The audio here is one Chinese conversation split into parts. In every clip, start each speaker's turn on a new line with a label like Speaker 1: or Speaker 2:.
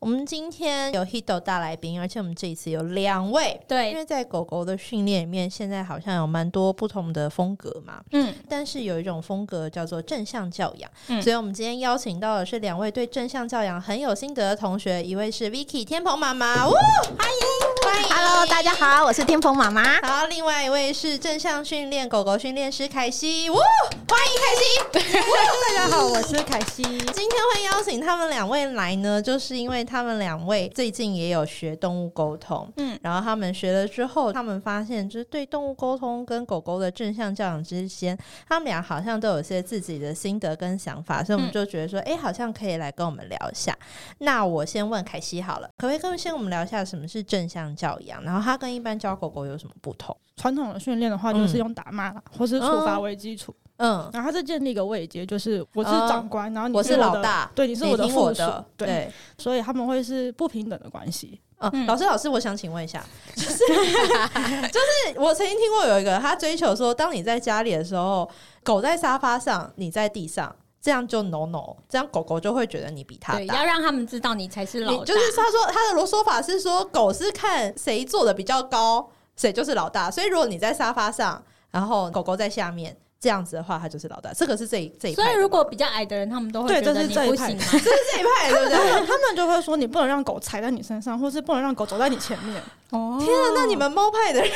Speaker 1: 我们今天有 Hito 大来宾，而且我们这一次有两位，因
Speaker 2: 对，
Speaker 1: 为在狗狗的训练里面，现在好像有蛮多不同的风格嘛，
Speaker 2: 嗯，
Speaker 1: 但是有一种风格叫做正向教养，
Speaker 2: 嗯
Speaker 1: 所以我们今天邀请到的是两位对正向教养很有心得的同学，一位是 Vicky 天蓬妈妈，呜，欢迎欢迎
Speaker 3: Hello，大家好，我是天蓬妈妈。
Speaker 1: 好，另外一位是正向训练狗狗训练师凯西，呜，欢迎凯西。
Speaker 3: 大家好，我是凯西。
Speaker 1: 今天会邀请他们两位来呢，就是因为他们两位最近也有学动物沟通，嗯
Speaker 2: 嗯，
Speaker 1: 然后他们学了之后，他们发现就是对动物沟通跟狗狗的正向教养之间，他们俩好像都有些自己的心得跟想法，所以我们
Speaker 2: 嗯
Speaker 1: 就觉得说，哎、好像可以来跟我们聊一下。那我先问凯西好了，可不可以跟先我们聊一下什么是正向教养，然后它跟一般教狗狗有什么不同？
Speaker 4: 传统的训练的话，
Speaker 1: 嗯
Speaker 4: 就是用打骂啦，或是处罚为基础，
Speaker 1: 嗯，
Speaker 4: 然后它是建立一个位阶，就是我是长官，然后你
Speaker 1: 哦我是
Speaker 4: 我
Speaker 1: 老
Speaker 4: 的，
Speaker 1: 大，
Speaker 4: 对，你是
Speaker 1: 你
Speaker 4: 的
Speaker 1: 听
Speaker 4: 附
Speaker 1: 我
Speaker 4: 属，
Speaker 1: 的，
Speaker 4: 对，所以他们会是不平等的关系。
Speaker 1: 嗯，
Speaker 2: 嗯
Speaker 1: 老师，老师，我想请问一下，就是就是，我曾经听过有一个他追求说，当你在家里的时候，狗在沙发上，你在地上，这样就 no no，这样狗狗就会觉得你比它
Speaker 2: 对，要
Speaker 1: 大。
Speaker 2: 让他们知道你才是
Speaker 1: 你
Speaker 2: 老大。
Speaker 1: 就是他说他的说法是说，狗是看谁做的比较高，谁就是老大。所以如果你在沙发上，然后狗狗在下面。这样子的话，它就是老大。这个是这一这一
Speaker 2: 所
Speaker 1: 派
Speaker 2: 以
Speaker 1: 的，
Speaker 2: 如果比较矮的人，他们都会
Speaker 4: 对
Speaker 2: 觉
Speaker 4: 这
Speaker 2: 得
Speaker 4: 是
Speaker 2: 你
Speaker 4: 这一
Speaker 2: 不
Speaker 4: 派
Speaker 2: 行吗？
Speaker 1: 这是这一派的，对不
Speaker 4: 对
Speaker 1: 对？，
Speaker 4: 他们就会说你不能让狗踩在你身上，或是不能让狗走在你前面。
Speaker 2: 哦，
Speaker 1: 天啊，那你们猫派的人，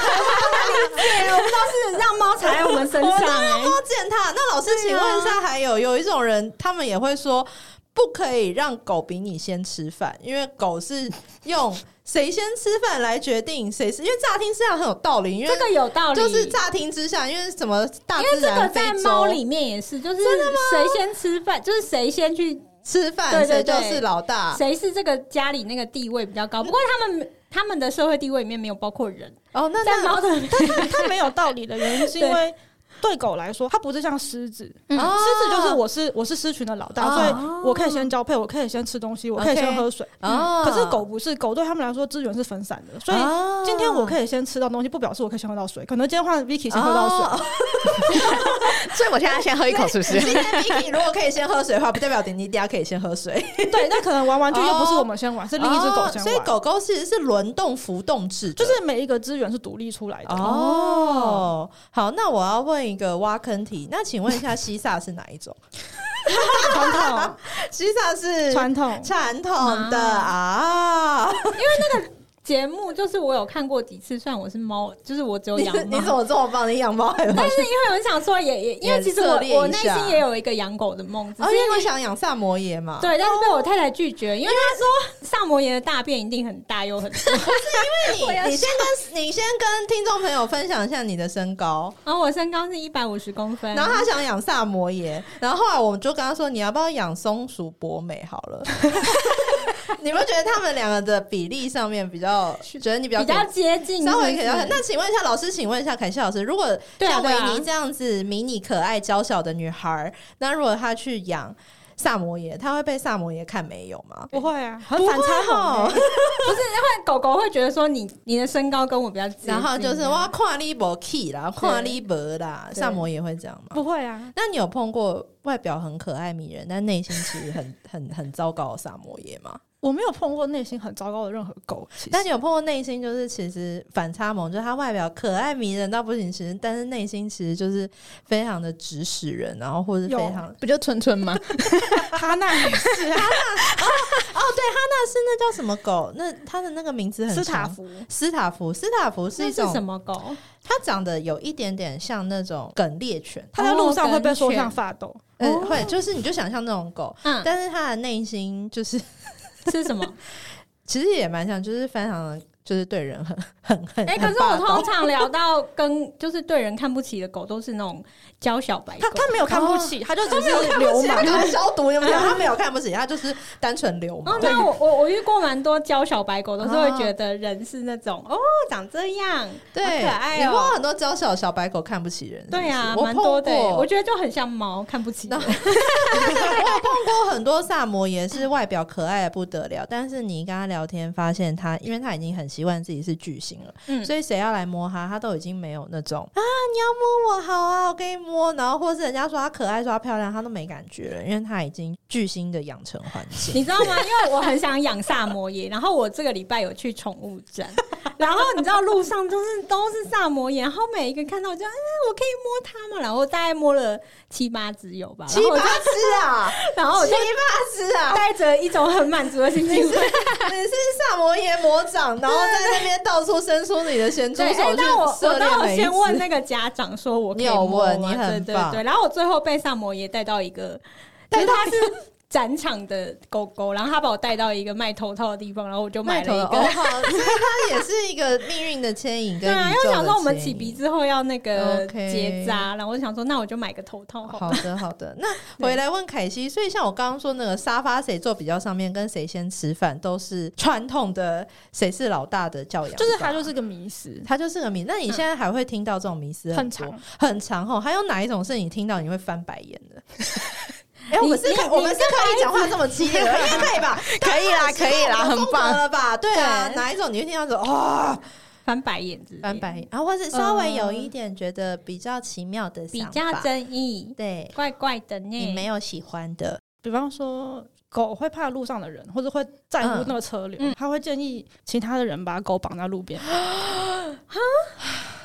Speaker 2: 我不知道是让猫踩在我们身
Speaker 1: 我
Speaker 2: 上
Speaker 1: 都
Speaker 2: 哎、
Speaker 1: 要践踏。那老师，
Speaker 2: 啊
Speaker 1: 请问一下，还有有一种人，他们也会说，不可以让狗比你先吃饭，因为狗是用谁先吃饭来决定谁是。因为乍听之下很有道理，因为
Speaker 2: 这个有道理，
Speaker 1: 就是乍听之下，因为什么大
Speaker 2: 因为
Speaker 1: 自
Speaker 2: 这个
Speaker 1: 然
Speaker 2: 在
Speaker 1: 非
Speaker 2: 猫
Speaker 1: 洲
Speaker 2: 里面也是，就是谁先吃饭，就是谁先去，
Speaker 1: 吃饭，
Speaker 2: 对
Speaker 1: 谁
Speaker 2: 对
Speaker 1: 就
Speaker 2: 对
Speaker 1: 是老大
Speaker 2: 谁是这个家里那个地位比较高。不过他们他们的社会地位里面没有包括人，
Speaker 1: 哦。那
Speaker 2: 在
Speaker 1: 那
Speaker 2: 猫的
Speaker 4: 它没有道理的原因是因为对狗来说，它不是像狮子，
Speaker 2: 嗯
Speaker 1: 哦
Speaker 4: 狮子就是我是我是狮群的老大，
Speaker 1: 哦
Speaker 4: 所以我可以先交配，我可以先吃东西，我可以
Speaker 1: OK
Speaker 4: 先喝水。
Speaker 1: 哦，
Speaker 4: 可是狗不是，狗对他们来说资源是分散的，所以
Speaker 1: 哦，
Speaker 4: 今天我可以先吃到东西，不表示我可以先喝到水。可能今天换 Vicky 先喝到水，
Speaker 1: 水。
Speaker 3: 所以我现在先喝一口，是不是？
Speaker 1: 哦 今天 Vicky 如果可以先喝水的话，不代表点滴大家可以先喝水。
Speaker 4: 对，那可能玩玩具
Speaker 1: 哦
Speaker 4: 又不是我们先玩，是另一只狗
Speaker 1: 哦
Speaker 4: 先玩。
Speaker 1: 所以狗狗其实是轮动浮动制的，
Speaker 4: 就是每一个资源是独立出来的。
Speaker 1: 哦，好，那我要问一个挖坑题，那请问一下，西萨是哪一 种？
Speaker 4: 传统，
Speaker 1: 西萨是
Speaker 4: 传统，
Speaker 1: 传统的啊？
Speaker 2: 节目，就是我有看过几次，虽然我是猫，就是我只有
Speaker 1: 你
Speaker 2: 养
Speaker 1: 你
Speaker 2: 猫
Speaker 1: 怎。么这么棒？你养猫还有？
Speaker 2: 但是因为我想说也，也因为其实
Speaker 1: 也
Speaker 2: 我
Speaker 1: 涉猎一
Speaker 2: 我内
Speaker 1: 下
Speaker 2: 心也有一个养狗的梦，只
Speaker 1: 哦，
Speaker 2: 是
Speaker 1: 因为你哦想养萨摩耶嘛？
Speaker 2: 对，但是被我太太拒绝，因为她说萨摩耶的大便一定很大又很多。
Speaker 1: 因为你你先跟你先跟听众朋友分享一下你的身高，
Speaker 2: 然后我身高是一百五十公分，
Speaker 1: 然后他想养萨摩耶，然后后来我们就跟他说，你要不要养松鼠博美好了？ 你们觉得他们两个的比例上面比较，觉得你比较
Speaker 2: 比较接近，
Speaker 1: 稍微可
Speaker 2: 是
Speaker 1: 以
Speaker 2: 不是
Speaker 1: 聊一下。那请问一下老师，请问一下凯西老师，如果
Speaker 2: 对啊
Speaker 1: 像维
Speaker 2: 对啊
Speaker 1: 尼这样子迷你、可爱、娇小的女孩，那如果她去养萨摩耶，她会被萨摩耶看没有吗？
Speaker 4: 不会啊，很反差萌 欸。
Speaker 2: 不是，因为狗狗会觉得说你你的身高跟我比较接近，
Speaker 1: 然后就是哇，跨立博 key 啦，跨立博啦，
Speaker 2: 啊对
Speaker 1: 萨摩耶会这样吗？
Speaker 4: 不会啊，
Speaker 1: 那你有碰过外表很可爱迷人，但内心其实很 很很糟糕的萨摩耶吗？
Speaker 4: 我没有碰过内心很糟糕的任何狗。其实
Speaker 1: 但你有碰过内心就是其实反差萌，就是他外表可爱迷人到不行，其实但是内心其实就是非常的指使人，然后或者非
Speaker 4: 有
Speaker 1: 常
Speaker 3: 不就春春吗？
Speaker 4: 哈娜 也是啊，
Speaker 1: 那是那叫什么狗？那它的那个名字很
Speaker 4: 斯塔
Speaker 1: 长
Speaker 4: 夫，
Speaker 1: 斯塔夫，斯塔夫是
Speaker 2: 这
Speaker 1: 一
Speaker 2: 是
Speaker 1: 种
Speaker 2: 什么狗？
Speaker 1: 它长得有一点点像那种梗猎犬，
Speaker 4: 它在路上会被
Speaker 2: 哦
Speaker 4: 说
Speaker 2: 跟
Speaker 4: 像发抖。
Speaker 1: 呃，
Speaker 2: 哦
Speaker 1: 会就是你就想象那种狗，
Speaker 2: 嗯，
Speaker 1: 但是它的内心就是
Speaker 2: 是什么？
Speaker 1: 其实也蛮像，就是非常的就是对人很很很。
Speaker 2: 哎、可
Speaker 1: 很
Speaker 2: 是
Speaker 1: 霸
Speaker 2: 我
Speaker 1: 道
Speaker 2: 通常聊到跟就是对人看不起的狗，都是那种娇小白狗。
Speaker 4: 他他没有看不
Speaker 2: 哦
Speaker 4: 起，他就只是流
Speaker 1: 流
Speaker 4: 氓
Speaker 1: 氓，。他消毒有没有？他没有看不起，他就是单纯流
Speaker 2: 嗯哦
Speaker 1: 氓，。
Speaker 2: 那我我我遇过蛮多娇小白狗，都是
Speaker 1: 哦
Speaker 2: 会觉得人是那种哦长这样，
Speaker 1: 对，
Speaker 2: 好可爱
Speaker 1: 你碰到
Speaker 2: 哦。
Speaker 1: 很多娇小小白狗看不起人，是不是
Speaker 2: 对啊，
Speaker 1: 我
Speaker 2: 蛮
Speaker 1: 碰
Speaker 2: 多
Speaker 1: 过，
Speaker 2: 的欸，我觉得就很像猫，看不起人。
Speaker 1: 我有碰过很多萨摩耶，是外表可爱的不得了，但是你跟他聊天，发现他，因为他已经很习惯自己是巨星了，
Speaker 2: 嗯
Speaker 1: 所以谁要来摸他，他都已经没有那种啊，你要摸我好啊，我给你摸，然后或是人家说他可爱，说他漂亮，他都没感觉了，因为他已经巨星的养成环境。
Speaker 2: 你知道吗？因为我很想养萨摩耶，然后我这个礼拜有去宠物展，然后你知道路上就是都是萨摩耶，然后每一个看到我就嗯，我可以摸它吗？然后我大概摸了 七八只有吧，然后我就
Speaker 1: 只啊，
Speaker 2: 然后我就
Speaker 1: 八只啊！
Speaker 2: 带着一种很满足的心情。
Speaker 1: 你是萨摩耶魔掌，然后在那边到处伸出你的咸猪
Speaker 2: 对，哎
Speaker 1: 手去
Speaker 2: 但我
Speaker 1: 涉
Speaker 2: 我
Speaker 1: 猎
Speaker 2: 当我
Speaker 1: 每一
Speaker 2: 先问
Speaker 1: 只。
Speaker 2: 那个家长 说，我可以
Speaker 1: 你有
Speaker 2: 摸
Speaker 1: 问
Speaker 2: 吗
Speaker 1: 你很
Speaker 2: 对对
Speaker 1: 棒
Speaker 2: 对，然后我最后被萨摩耶带到 一个，就是他是展场的狗狗，然后他把我带到一个卖头套的地方，然后我就买
Speaker 1: 头
Speaker 2: 了一
Speaker 1: 的
Speaker 2: 个
Speaker 1: 哦，好，所以它也是一个命运的牵引跟
Speaker 2: 对啊，
Speaker 1: 宇
Speaker 2: 因
Speaker 1: 宙
Speaker 2: 为
Speaker 1: 的
Speaker 2: 想说我们
Speaker 1: 牵
Speaker 2: 起
Speaker 1: 引
Speaker 2: 鼻之后要那个
Speaker 1: OK
Speaker 2: 结扎，然后我就想说，那我就买个头套好了。
Speaker 1: 好的，好的。那回来问凯西，所以像我刚刚说那个沙发谁坐比较上面，跟谁先吃饭，都是传统的谁是老大的教养法，
Speaker 4: 就是他就是个迷失，
Speaker 1: 他就是个迷。那你现在还会听到这种迷思
Speaker 4: 很
Speaker 1: 多
Speaker 4: 长。
Speaker 1: 很长哦？还有哪一种是你听到你会翻白眼的？哎、我们是
Speaker 2: 你
Speaker 1: 可，
Speaker 2: 你
Speaker 1: 我们是可以讲话这么激 烈的，应该可以吧？
Speaker 3: 可以啦，可以 啦，很
Speaker 1: 懂
Speaker 3: 棒。
Speaker 1: 了吧？对啊，
Speaker 2: 对
Speaker 1: 哪一种你会听到说啊、
Speaker 2: 翻白眼之类的
Speaker 1: 翻白眼，啊，或是稍微有一点觉得比较奇妙的
Speaker 2: 比
Speaker 1: 想
Speaker 2: 较
Speaker 1: 法
Speaker 2: 争议，
Speaker 1: 对，
Speaker 2: 怪怪的呢。
Speaker 1: 你没有喜欢的，
Speaker 4: 比方说狗会怕路上的人，或者会在乎那个车流，
Speaker 2: 嗯
Speaker 4: 他会建议其他的人把狗绑在路 边。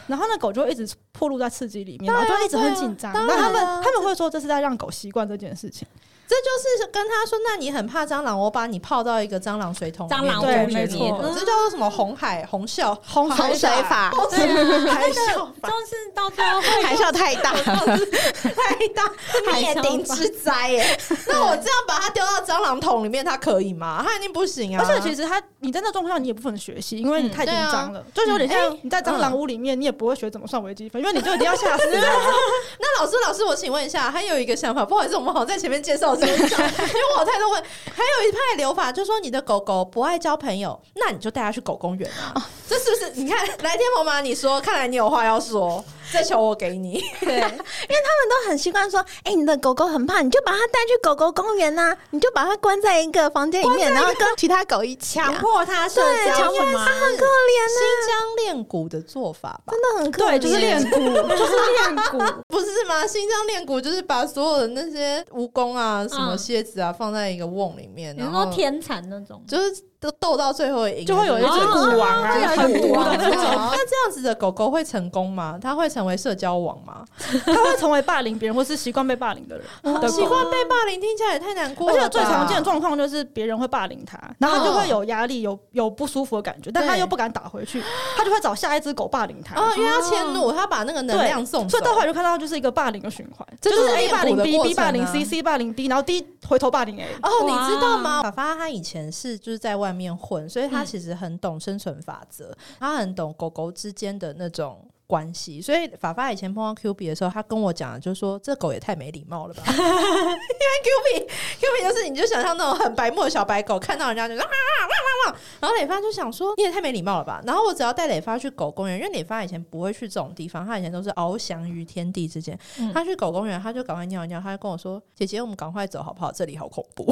Speaker 4: 然后那狗就会一直暴露在刺激里面，然后就一直很紧张。
Speaker 1: 当
Speaker 4: 那
Speaker 1: 然
Speaker 4: 他们
Speaker 1: 啊
Speaker 4: 他们会说这是在让狗习惯这件事情。
Speaker 1: 这就是跟他说，那你很怕蟑螂，我把你泡到一个蟑螂水桶里面，
Speaker 2: 蟑螂
Speaker 1: 对
Speaker 4: 屋里
Speaker 1: 没
Speaker 4: 面
Speaker 1: 错，
Speaker 2: 嗯
Speaker 1: 这叫做什么红海红啸，
Speaker 4: 洪
Speaker 3: 洪水法，
Speaker 2: 对啊，
Speaker 4: 海啸 法，
Speaker 2: 就是到最 后会
Speaker 3: 海啸太大，
Speaker 1: 太大灭顶之灾耶！那我这样把它丢到蟑螂桶里面，它可以吗？它一定不行啊！
Speaker 4: 而且其实他，你在那状况下你也不能学习，因为你太紧张了，就是有点像你在蟑螂屋里面，你也不会学怎么算微积分，因为你就一定要吓死人。
Speaker 1: 那老师，老师，我请问一下，还有一个想法，不好意思，我们好像在前面介绍这个，因为我有太多问。还有一派流法，就说你的狗狗不爱交朋友，那你就带它去狗公园啊。这是不是？你看，来天蓬马，你说，看来你有话要说，这球我给你。
Speaker 2: 对，
Speaker 3: 都很习惯说，哎、你的狗狗很怕，你就把它带去狗狗公园呐、你就把它关在一个房间里面，然后跟其他狗一起、啊，
Speaker 2: 强迫他社
Speaker 3: 对，
Speaker 2: 交
Speaker 3: 强迫它
Speaker 2: 吗？
Speaker 3: 很可怜啊，
Speaker 1: 新疆练骨的做法吧？
Speaker 3: 真的很 可
Speaker 4: 对，
Speaker 3: 怜，
Speaker 4: 就是练骨， 就是练 骨。
Speaker 1: 不是吗？新疆练骨就是把所有的那些蜈蚣啊、什么蝎子啊，放在一个瓮里面，
Speaker 2: 你
Speaker 1: 然
Speaker 2: 是
Speaker 1: 后
Speaker 2: 说天蚕那种？
Speaker 1: 就是都斗到最后赢，
Speaker 4: 就会有一只
Speaker 2: 哦
Speaker 4: 骨王
Speaker 2: 就有
Speaker 4: 啊，
Speaker 2: 一只
Speaker 4: 很啊毒
Speaker 2: 骨
Speaker 4: 的
Speaker 2: 王
Speaker 4: 那种，
Speaker 1: 那这样子的狗狗会成功吗？它会成为社交网吗？
Speaker 4: 它会成为霸凌别人或是习惯被霸凌的人的狗。
Speaker 1: 哦习惯被霸凌听起来也太难过
Speaker 4: 哦而
Speaker 1: 了吧。
Speaker 4: 且最常见的状况就是别人会霸凌它，然后它就会有压力、有有不舒服的感觉，但它
Speaker 1: 对
Speaker 4: 又不敢打回去，它就会找下一只狗霸凌它。
Speaker 1: 啊，因为它迁怒，它把那个能量送走
Speaker 4: 哦所以。到后来就看到就是一个霸凌的循环，
Speaker 1: 这
Speaker 4: 就是
Speaker 1: 就是
Speaker 4: A 霸
Speaker 1: 练骨
Speaker 4: 凌
Speaker 1: 的
Speaker 4: B、
Speaker 1: 过
Speaker 4: B 霸凌
Speaker 1: 程啊
Speaker 4: C、C 霸凌 D，然后 D 回头霸凌 A。
Speaker 1: 哦，
Speaker 2: 哇嗯
Speaker 1: 你知道吗？法发他以前是就是在外面混，所以他其实很懂生存法则，他很懂狗狗之间的那种。关系，所以法发以前碰到 Q B 的时候，他跟我讲，就说这狗也太没礼貌了吧。 因为 Q B Q B 就是你就想象那种很白目的小白狗，看到人家就说啊啊汪汪汪，然后磊发就想说你也太没礼貌了吧。然后我只要带磊发去狗公园，因为磊发以前不会去这种地方，他以前都是翱翔于天地之间。
Speaker 2: 嗯
Speaker 1: 他去狗公园，他就赶快尿一尿，他就跟我说：“姐姐，我们赶快走好不好？这里好恐怖。”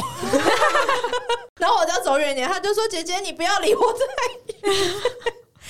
Speaker 1: 然后我就要走远一点，他就说：“姐姐，你不要离我太远。”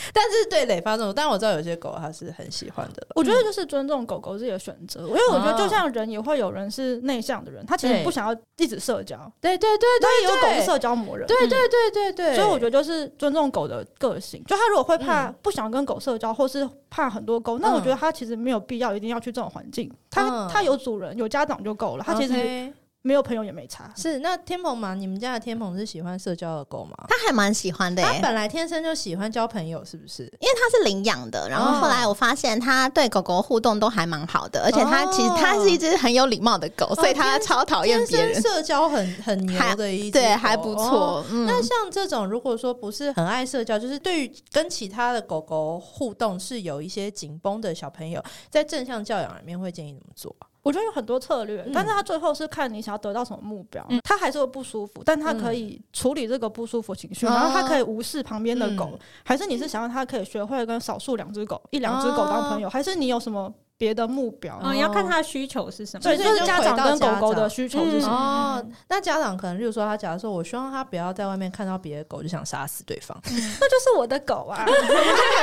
Speaker 1: 但是对磊发这种，但我知道有些狗它是很喜欢的了。
Speaker 4: 我觉得就是尊重狗狗自己的选择，因为我觉得就像人也会有人是内向的人，他其实
Speaker 1: 哦对
Speaker 4: 不想要一直社交，
Speaker 1: 对对对
Speaker 4: 但也有狗
Speaker 1: 对
Speaker 4: 是社交魔人。
Speaker 1: 对对对对对对，嗯
Speaker 4: 所以我觉得就是尊重狗的个性，就他如果会怕不想跟狗社交，或是怕很多狗，那我觉得他其实没有必要一定要去这种环境。他
Speaker 1: 嗯
Speaker 4: 他有主人有家长就够了，他其实
Speaker 1: OK
Speaker 4: 没有朋友也没差。
Speaker 1: 是那天蓬嘛？你们家的天蓬是喜欢社交的狗吗？
Speaker 3: 他还蛮喜欢的耶、
Speaker 1: 它本来天生就喜欢交朋友，是不是？
Speaker 3: 因为他是领养的，然后后来我发现他对狗狗互动都还蛮好的，而且他其实
Speaker 1: 哦
Speaker 3: 它是一只很有礼貌的狗，所以它超讨厌
Speaker 1: 天
Speaker 3: 别
Speaker 1: 生
Speaker 3: 人，
Speaker 1: 社交很很牛
Speaker 3: 还
Speaker 1: 的一只
Speaker 3: 对
Speaker 1: 狗
Speaker 3: 还不
Speaker 1: 哦
Speaker 3: 错。嗯，
Speaker 1: 那像这种，如果说不是很爱社交，就是对于跟其他的狗狗互动是有一些紧绷的小朋友，在正向教养里面会建议怎么做啊？
Speaker 4: 我觉得有很多策
Speaker 1: 嗯
Speaker 4: 略，但是他最后是看你想要得到什么目标。他还是会不舒服，
Speaker 1: 嗯
Speaker 4: 但他可以处理这个不舒服情绪，
Speaker 3: 哦
Speaker 4: 然后他可以无视旁边的狗
Speaker 1: 嗯，
Speaker 4: 还是你是想要他可以学会跟少数两只狗、一两只狗当朋
Speaker 1: 哦
Speaker 4: 友，还是你有什么别的目标？
Speaker 2: 嗯，要看他的需求是什么。
Speaker 4: 所以
Speaker 1: 所
Speaker 4: 就
Speaker 1: 以哦
Speaker 4: 是
Speaker 1: 就
Speaker 4: 家
Speaker 1: 回
Speaker 4: 长
Speaker 1: 到
Speaker 4: 跟
Speaker 1: 家
Speaker 4: 狗狗的
Speaker 1: 长
Speaker 4: 需求是什么？
Speaker 1: 哦，那家长可能，例如说，他假如说我希望他不要在外面看到别的狗就想杀死对 方，
Speaker 4: 那就是我的狗 啊，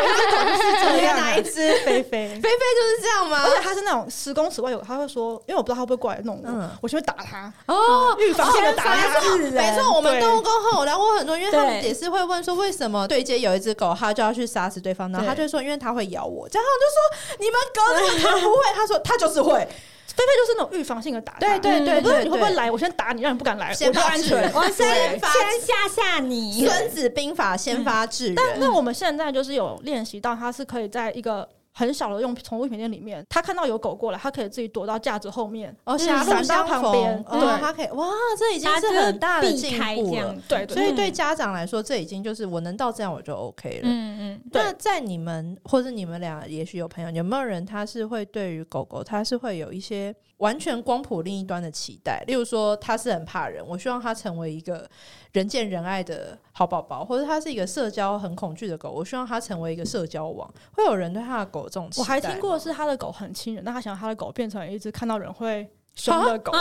Speaker 1: 这
Speaker 4: 样啊
Speaker 1: 哪一只？
Speaker 4: 菲菲。
Speaker 1: 菲菲就是这样吗
Speaker 4: 而？且它是那种十公尺外有，他会说，因为我不知道它会不会过来弄我，
Speaker 1: 嗯
Speaker 4: 我就会打它，
Speaker 1: 哦，啊
Speaker 4: 预防性的打它。
Speaker 1: 没
Speaker 2: 哎
Speaker 1: 错，我们
Speaker 4: 对
Speaker 1: 动物沟通我聊过很多，因为他们
Speaker 2: 对
Speaker 1: 也是会问说，为什么对接有一只狗，它就要去杀死对方，然后
Speaker 4: 对
Speaker 1: 他就说，因为它会咬我。家长就说，你们隔着它不会，他说他就是 会，
Speaker 4: 菲菲就是那种预防性的打它。
Speaker 1: 对对对
Speaker 4: 我不知道
Speaker 1: 对
Speaker 4: 你会不会
Speaker 1: 对
Speaker 4: 来，我先打你，让你不敢来，
Speaker 1: 先
Speaker 4: 我就
Speaker 1: 把
Speaker 4: 安
Speaker 1: 制
Speaker 4: 全。
Speaker 2: 我先
Speaker 1: 对
Speaker 2: 先吓吓
Speaker 1: 《
Speaker 2: 你，
Speaker 1: 孙子兵法》先发制
Speaker 4: 但
Speaker 1: 人。
Speaker 4: 那我们现在就是有练习到，它是可以在一个很小的用宠物品店里面，它看到有狗过来，它可以自己躲到架子后面。
Speaker 1: 哦，
Speaker 4: 嗯
Speaker 1: 狭路
Speaker 4: 闪到
Speaker 1: 相
Speaker 4: 旁
Speaker 1: 逢
Speaker 4: 边，
Speaker 1: 哦
Speaker 4: 对
Speaker 1: 他可以哇，这已经
Speaker 2: 他就是
Speaker 1: 很大的
Speaker 2: 避
Speaker 1: 进
Speaker 2: 开这
Speaker 1: 步了
Speaker 2: 样。。
Speaker 4: 对对
Speaker 1: 所以
Speaker 4: 对，
Speaker 1: 对嗯家长来说，这已经就是我能到这样我就 OK 了。
Speaker 2: 嗯嗯，
Speaker 4: 对
Speaker 1: 那在你们或者你们俩，也许有朋友，有没有人他是会对于狗狗，他是会有一些完全光谱另一端的期待？例如说，他是很怕人，我希望他成为一个人见人爱的好宝宝，或者他是一个社交很恐惧的狗，我希望他成为一个社交王。会有人对他的狗这种期待吗？
Speaker 4: 我还听过是他的狗很亲人，但他想要他的狗变成一只看到人
Speaker 1: 啊
Speaker 4: 会凶的狗。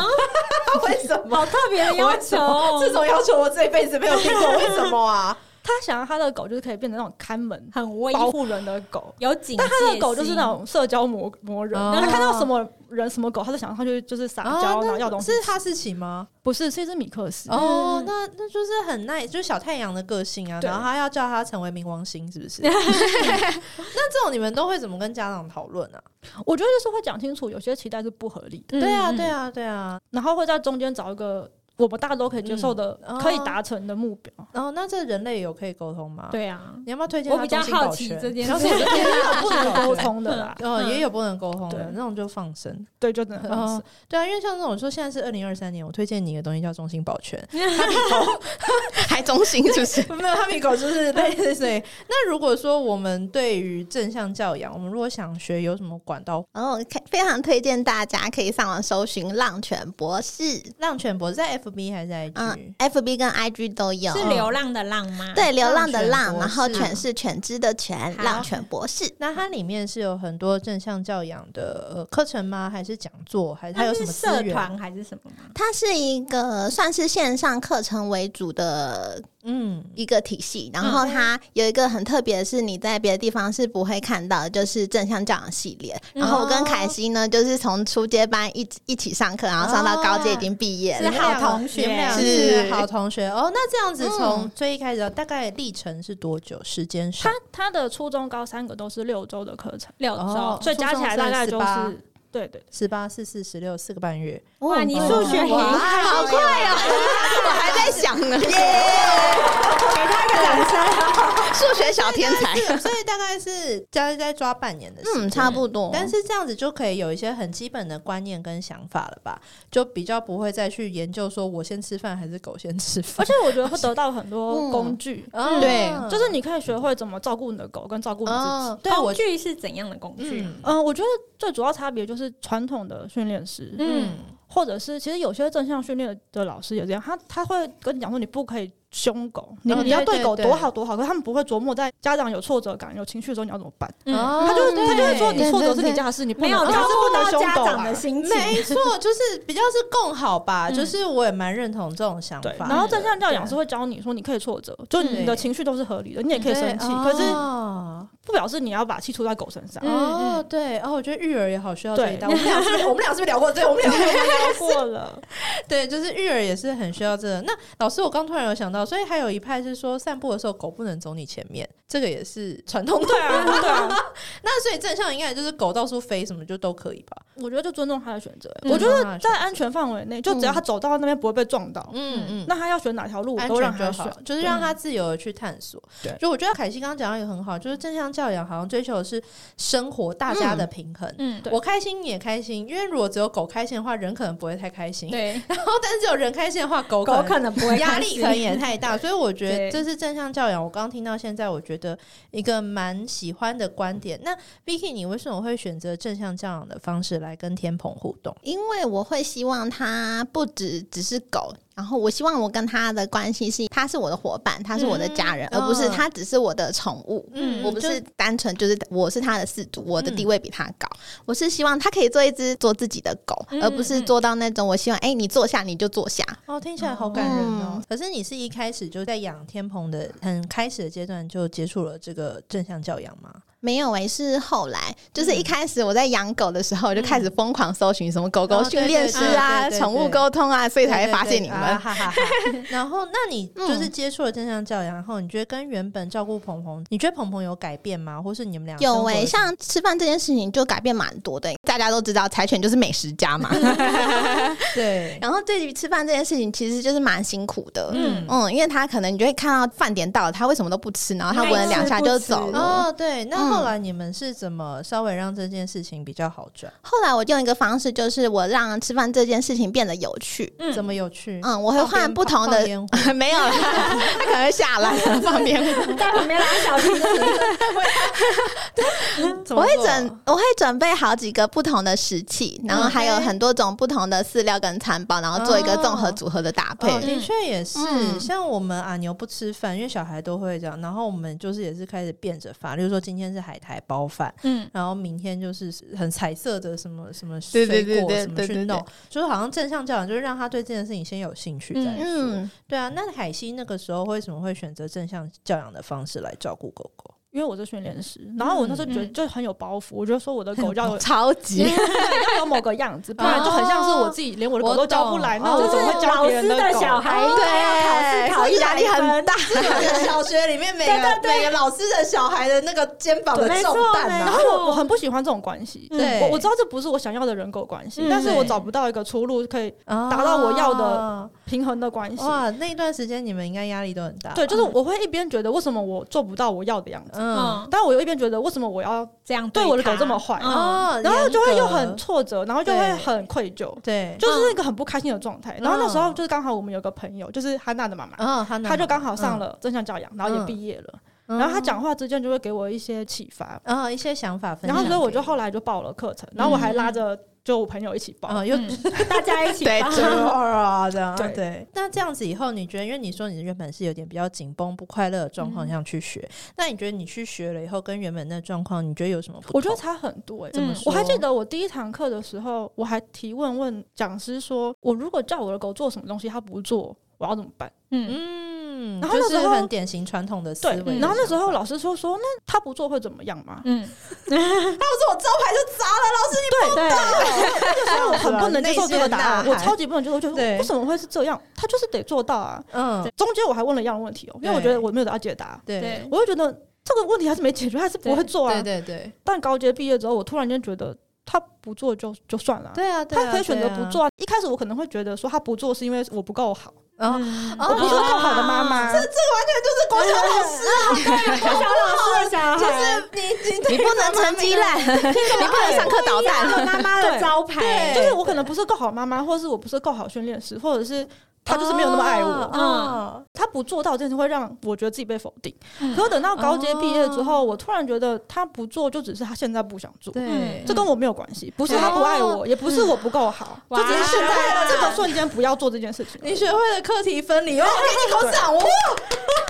Speaker 1: 他为什么？
Speaker 2: 好特别的要求
Speaker 1: 我为什么这
Speaker 2: 哦，
Speaker 1: 种要求我这一辈子没有听过，为什么 啊？
Speaker 4: 他想要他的狗就是可以变成那种看门、
Speaker 2: 很威，
Speaker 4: 保护人的狗。
Speaker 2: 有警戒
Speaker 4: 但
Speaker 2: 心。
Speaker 4: 他的狗就是那种社交魔魔人，
Speaker 1: 哦
Speaker 4: 他看到什么人什么狗，他就想上去就是撒娇，然后要东西
Speaker 1: 啊是。哈士奇吗？
Speaker 4: 不是，是一只米克斯。
Speaker 1: 哦，那那就是很耐，就是小太阳的个性啊。
Speaker 4: 对
Speaker 1: 然后他要叫他成为冥王星，是不 是？那这种你们都会怎么跟家长讨论啊？
Speaker 4: 我觉得就是会讲清楚，有些期待是不合理
Speaker 2: 嗯
Speaker 4: 的，
Speaker 1: 对啊，对，啊，对啊。
Speaker 4: 然后会在中间找一个我们大家都可以接受的、
Speaker 1: 嗯哦
Speaker 4: 可以达成的目标。
Speaker 1: 然后那这人类有可以沟通吗？
Speaker 2: 嗯，对啊，
Speaker 1: 你要不要推荐
Speaker 2: 我
Speaker 1: 他
Speaker 2: 比较
Speaker 1: 中性
Speaker 2: 好
Speaker 1: 保
Speaker 2: 奇
Speaker 1: 全
Speaker 2: 这件
Speaker 1: 然后
Speaker 2: 事 嗯
Speaker 1: 我就推荐他
Speaker 4: 不能沟通的啦，
Speaker 1: 呃，也有不能沟通的
Speaker 4: 对
Speaker 1: 那种就放 生。
Speaker 4: 对，就真的很
Speaker 1: 哦，对啊，因为像这种说现在是二零二三年，我推荐你一个东西叫中性保 全，
Speaker 3: 还中性是不 是？
Speaker 1: 没有，哈密狗就是类似谁？那如果说我们对于正向教养，我们如果想学，有什么管道？
Speaker 3: 然后可以哦非常推荐大家可以上网搜寻浪犬博士，
Speaker 1: 浪犬博士在 FB 还是在 IG？、
Speaker 3: 嗯，FB 跟 IG 都有。
Speaker 1: 嗯
Speaker 2: 是流浪的浪吗？
Speaker 3: 对，流浪的
Speaker 1: 浪犬博
Speaker 3: 浪，
Speaker 1: 士
Speaker 3: 然后犬是犬只的犬，
Speaker 2: 好
Speaker 3: 浪犬博士。
Speaker 1: 那它里面是有很多正向教养的呃课程吗？还是讲座？还是它
Speaker 2: 它
Speaker 1: 有什
Speaker 2: 是
Speaker 1: 么
Speaker 2: 社
Speaker 1: 资源？
Speaker 2: 团还是什么吗？
Speaker 3: 它是一个算是线上课程为主的
Speaker 1: 嗯，
Speaker 3: 一个体系，然后它有一个很特别的是，你在别的地方是不会看到的，就是正向教养系列。然后我跟凯西呢，就是从初阶班一一起上课，然后上到高阶已经毕业
Speaker 2: 是
Speaker 3: 了。
Speaker 1: 你们两个
Speaker 2: 好同学啊
Speaker 1: 你们俩
Speaker 3: 是
Speaker 1: 是好同学哦。那这样子从
Speaker 3: 嗯
Speaker 1: 最一开始到大概历程是多久？时间
Speaker 4: 他
Speaker 1: 上？
Speaker 4: 他的初中高三个都是六周的课程，
Speaker 2: 六
Speaker 1: 哦
Speaker 2: 周，
Speaker 4: 所以加起来大概就
Speaker 1: 初中是
Speaker 4: 是对对，
Speaker 1: 十八、四四、十六，四个半月。
Speaker 2: 哇，
Speaker 1: 哦
Speaker 2: 你数学很
Speaker 3: 哇，
Speaker 2: 好，
Speaker 3: 好快哦！我还在想呢，
Speaker 2: 给他一个掌声。
Speaker 3: 数学小天才。
Speaker 1: 是 所以大概是大概在抓半年的时间。
Speaker 3: 嗯，差不多。
Speaker 1: 但是这样子就可以有一些很基本的观念跟想法了吧？就比较不会再去研究说我先吃饭还是狗先吃
Speaker 4: 而
Speaker 1: 饭。
Speaker 4: 且我觉得会得到很多
Speaker 3: 嗯
Speaker 4: 工具，
Speaker 1: 嗯
Speaker 3: 对
Speaker 4: 就是你可以学会怎么照顾你的狗，跟照顾你自己。
Speaker 1: 哦，对我
Speaker 2: 工具是怎样的工具？啊
Speaker 1: 嗯
Speaker 4: 嗯、我觉得最主要差别就是传统的训练师，
Speaker 2: 嗯，
Speaker 4: 或者是其实有些正向训练的老师也这样，他他会跟你讲说你不可以凶狗，你、
Speaker 1: 嗯
Speaker 4: 你要
Speaker 1: 对
Speaker 4: 对狗
Speaker 1: 对
Speaker 4: 多好多好，可是他们不会琢磨在家长有挫折感、有情绪的时候你要怎么办。
Speaker 2: 嗯，
Speaker 1: 哦
Speaker 4: 他就
Speaker 1: 对
Speaker 4: 他就会说你
Speaker 3: 对
Speaker 4: 挫折
Speaker 3: 对
Speaker 4: 是你
Speaker 3: 对
Speaker 4: 家的事，你不
Speaker 2: 没有
Speaker 4: 能，你
Speaker 2: 照
Speaker 4: 还是不
Speaker 2: 顾
Speaker 4: 能
Speaker 2: 到
Speaker 4: 凶
Speaker 2: 家
Speaker 4: 狗
Speaker 2: 长
Speaker 4: 啊
Speaker 2: 的。心情，
Speaker 1: 没错，就是比较是共好吧。
Speaker 2: 嗯
Speaker 1: 就是我也蛮认同这种想
Speaker 4: 对，
Speaker 1: 法。
Speaker 4: 然后正向教养是会教你说，你可以挫折，就你的情绪都是合理的，你也可以生气，
Speaker 1: 对
Speaker 4: 可是
Speaker 1: 哦
Speaker 4: 不表示你要把气出在狗身 上。
Speaker 2: 嗯
Speaker 1: 哦，对哦，我觉得育儿也好需要这
Speaker 4: 对
Speaker 1: 一道。我们俩是不是我们俩是不是聊过这个？我们俩
Speaker 4: 我们聊过了，
Speaker 1: 对，就是育儿也是很需要这个。那老师，我刚突然有想到，所以还有一派是说散步的时候狗不能走你前面，这个也是传统的。
Speaker 4: 对啊，对啊，
Speaker 1: 那所以正向应该就是狗到处飞什么就都可以吧？
Speaker 4: 我觉得就尊重他的选择。
Speaker 1: 嗯
Speaker 4: 我觉得在安全范围内，就只要他走到那边不会被撞到，
Speaker 1: 嗯嗯
Speaker 4: 那他要选哪条路，我
Speaker 1: 安
Speaker 4: 都让
Speaker 1: 全
Speaker 4: 他
Speaker 1: 就
Speaker 4: 选
Speaker 1: 好，。就是让他自由的去探索。
Speaker 4: 对
Speaker 1: 就我觉得凯西刚刚讲到也很好，就是正向教养好像追求的是生活大家的平衡。
Speaker 2: 嗯，
Speaker 4: 对
Speaker 1: 我开心，你也开心，因为如果只有狗开心的话，人可能不会太开心。
Speaker 2: 对，
Speaker 1: 然后，但是只有人开心的话，狗可
Speaker 2: 狗
Speaker 1: 能
Speaker 2: 可能不会
Speaker 1: 压
Speaker 2: 开
Speaker 1: 力
Speaker 2: 心
Speaker 1: 可能也太大，所以啊我觉得
Speaker 2: 对
Speaker 1: 这是正向教养。我刚听到现在，我觉得一个蛮喜欢的观点。那 Vicky，你为什么会选择正向教养的方式来跟天蓬互动？
Speaker 3: 因为我会希望它不只只是狗，然后我希望我跟它的关系是，它是我的伙伴，它是我的家人，
Speaker 1: 嗯
Speaker 3: 而不是
Speaker 1: 哦
Speaker 3: 它只是我的宠物。
Speaker 1: 嗯
Speaker 3: 我不
Speaker 1: 就是
Speaker 3: 单纯就是我是它的饲主，我的
Speaker 1: 嗯
Speaker 3: 地位比它高。我是希望它可以做一只做自己的狗，
Speaker 2: 嗯
Speaker 3: 而不是做到那种我希望哎、你坐下你就坐下。
Speaker 1: 哦，听起来好感人哦。
Speaker 3: 嗯
Speaker 1: 可是你是一开始就在养天蓬的很开始的阶段就接触了这个正向教养吗？
Speaker 3: 没有哎、是后来，就是
Speaker 1: 嗯
Speaker 3: 一开始我在养狗的时候，就开始疯狂搜寻什么狗
Speaker 1: 哦
Speaker 3: 狗
Speaker 1: 对
Speaker 3: 训练师啊、
Speaker 1: 对对对对
Speaker 3: 宠物沟通啊，所以才会发现
Speaker 1: 对
Speaker 3: 你
Speaker 1: 对
Speaker 3: 们。
Speaker 1: 啊哈 哈哈然后，那你就是接触了正向教养，然后你觉得跟原本照顾鹏鹏，你觉得鹏鹏有改变吗？或是你们俩生
Speaker 3: 有
Speaker 1: 活
Speaker 3: 诶、
Speaker 1: 的
Speaker 3: 像吃饭这件事情就改变蛮多的。大家都知道柴犬就是美食 家嘛，
Speaker 1: 对，
Speaker 3: 然后对于吃饭这件事情，其实就是蛮辛苦的。嗯
Speaker 1: 嗯。
Speaker 3: 因为他可能你就会看到饭点到了，他为什么都不吃，然后他闻了两下就走
Speaker 2: 爱吃不吃
Speaker 3: 了。
Speaker 1: 哦，对，那后来你们是怎么稍微让这件事情比较好转？
Speaker 3: 后来我用一个方式，就是我让吃饭这件事情变得有趣。
Speaker 2: 嗯
Speaker 1: 怎么有趣？
Speaker 3: 嗯，我会换不同
Speaker 1: 放
Speaker 3: 的，
Speaker 1: 烟火
Speaker 3: 没有啦，他可能会下来放 鞭炮。
Speaker 2: 在旁边拉小提琴，
Speaker 1: 怎
Speaker 3: 我
Speaker 1: 么
Speaker 3: 会
Speaker 1: 做
Speaker 3: 准，我会准备好几个不同的食器，然后还有
Speaker 1: 嗯 OK
Speaker 3: 很多种不同的饲料跟餐包，然后做一个综合组合的搭配。
Speaker 1: 哦，的确也是。
Speaker 3: 嗯
Speaker 1: 像我们阿牛不吃饭，因为小孩都会这样，然后我们就是也是开始变着法，例如说今天是海苔包饭，
Speaker 2: 嗯，
Speaker 1: 然后明天就是很彩色的什么什么水
Speaker 3: 对
Speaker 1: 果
Speaker 3: 对对对
Speaker 1: 什么
Speaker 3: 对
Speaker 1: 去
Speaker 3: 对
Speaker 1: 弄，就是好像正向教养，就是让他对这件事情先有兴趣再说。
Speaker 3: 嗯，
Speaker 1: 对啊，那海西那个时候为什么会选择正向教养的方式来照顾狗 狗？
Speaker 4: 因为我是训练师，然后我那时候觉得
Speaker 2: 嗯
Speaker 4: 就很有包袱，我觉得说我的狗要有
Speaker 3: 超级
Speaker 4: 要有某个样子，不然就很像是我自己连我的狗都教不来，
Speaker 1: 哦我
Speaker 4: 那
Speaker 1: 懂
Speaker 4: 我
Speaker 2: 就
Speaker 4: 怎么
Speaker 2: 是
Speaker 4: 会教
Speaker 2: 老
Speaker 4: 别人
Speaker 2: 师的
Speaker 4: 狗？
Speaker 2: 小孩，
Speaker 3: 对，
Speaker 2: 对，哦考试考一
Speaker 3: 压
Speaker 2: 百
Speaker 3: 力很
Speaker 2: 分
Speaker 3: 大。
Speaker 1: 就是小学里面每个
Speaker 2: 对对对
Speaker 1: 每个老师的小孩的那个肩膀的
Speaker 2: 没
Speaker 1: 重
Speaker 2: 错
Speaker 1: 担
Speaker 2: 没
Speaker 1: 啊嗯
Speaker 4: 然
Speaker 2: 错
Speaker 4: 后我我很不喜欢这种关系，
Speaker 1: 对
Speaker 4: 我我知道这不是我想要的人狗关系
Speaker 2: 嗯，
Speaker 4: 但是我
Speaker 1: 对
Speaker 4: 找不到一个出路可以
Speaker 1: 啊
Speaker 4: 达到我要的平衡的关系。
Speaker 1: 哦哇，嗯那一段时间你们应该压力都很大吧。
Speaker 4: 对，就是我会一边觉得为什么我做不到我要的样子，
Speaker 1: 嗯，
Speaker 2: 嗯，
Speaker 4: 但我又一边觉得为什么我要，
Speaker 2: 这样
Speaker 4: 对我的狗
Speaker 2: 他
Speaker 4: 这么坏
Speaker 2: 嗯
Speaker 1: 哦，
Speaker 4: 然后就会
Speaker 1: 严格
Speaker 4: 又很挫折，然后就会
Speaker 1: 对
Speaker 4: 很愧疚，
Speaker 1: 对，
Speaker 4: 就是一个很不开心的状态。
Speaker 1: 嗯
Speaker 4: 然后那时候就是刚好我们有个朋友，就是汉娜的妈妈，
Speaker 1: 嗯，他
Speaker 4: 她就刚好上
Speaker 1: 了，
Speaker 4: 了正向教养，然后也
Speaker 1: 嗯
Speaker 4: 毕业了，
Speaker 1: 嗯
Speaker 4: 然后她，讲话之间就会给我一些启发，
Speaker 1: 嗯，一些想法分
Speaker 4: 然
Speaker 1: 享给
Speaker 4: 后
Speaker 1: 你，嗯
Speaker 4: 所以我就后来就报了课程，然后我还拉着就我朋友一起报，
Speaker 1: 嗯，又
Speaker 2: 嗯大家一起
Speaker 3: 对
Speaker 2: 帮
Speaker 1: 折啊，这样
Speaker 4: 对
Speaker 1: 对。那这样子以后，你觉得，因为你说你原本是有点比较紧绷、不快乐的状
Speaker 4: 嗯
Speaker 1: 况下去学，那你觉得你去学了以后，跟原本那状况，你觉得有什么不同？
Speaker 4: 我觉得差很多哎、
Speaker 2: 怎么
Speaker 4: 嗯
Speaker 1: 哦说
Speaker 4: 我还记得我第一堂课的时候，我还提问问讲师说，我如果叫我的狗做什么东西，它不做，我要怎么办？
Speaker 2: 嗯
Speaker 1: 嗯，
Speaker 4: 然后
Speaker 1: 就
Speaker 4: 那
Speaker 1: 是
Speaker 4: 时候
Speaker 1: 很典型传统的思
Speaker 4: 对
Speaker 1: 维的，
Speaker 4: 然后那时
Speaker 1: 想
Speaker 4: 候
Speaker 1: 法
Speaker 4: 老师说说，那它不做会怎么样嘛？
Speaker 2: 嗯，
Speaker 4: 对对， 那个时候我很不能接受这个答
Speaker 1: 内
Speaker 4: 案，
Speaker 1: 心的呐
Speaker 4: 我
Speaker 1: 喊
Speaker 4: 超级不能接受，就是
Speaker 1: 对
Speaker 4: 为什么会是这样？它就是得做到啊！
Speaker 1: 嗯，
Speaker 4: 中间我还问了一样的问题哦、因为我觉得我没有得到解答，
Speaker 1: 对
Speaker 2: 对，
Speaker 4: 我就觉得这个问题还是没解决，还是不会做啊
Speaker 1: 对。对对，
Speaker 4: 但高阶毕业之后，我突然间觉得他不做就就算了啊。
Speaker 1: 对啊，对
Speaker 4: 他
Speaker 1: 啊
Speaker 4: 可以选择
Speaker 1: 对啊
Speaker 4: 不做、啊。一开始我可能会觉得说他不做是因为我不够好，
Speaker 1: 哦，
Speaker 2: 嗯
Speaker 1: 哦
Speaker 4: 我不是够啊好的妈妈。
Speaker 1: 这国小老师
Speaker 2: 小老师的小孩，
Speaker 1: 你你
Speaker 3: 你不能成绩烂，你不能上课捣蛋。
Speaker 2: 妈妈的招
Speaker 4: 嗯
Speaker 2: 牌，
Speaker 4: 就是我可能不是够好妈妈，或者是我不是够好训练师，或者是他就是没有那么爱我。
Speaker 1: 嗯，
Speaker 4: 他不做到，真的会让我觉得自己被否定。
Speaker 2: 嗯
Speaker 4: 可是等到高阶毕业之后，我突然觉得他不做，就只是他现在不想做，
Speaker 1: 对，
Speaker 4: 这跟我没有关系，不是他不爱我，也不是我不够好，就
Speaker 2: 哇
Speaker 4: 只是现在这个瞬间不要做这件事情。
Speaker 1: 你学会了课题分离，哇，哦给你鼓掌， 哇！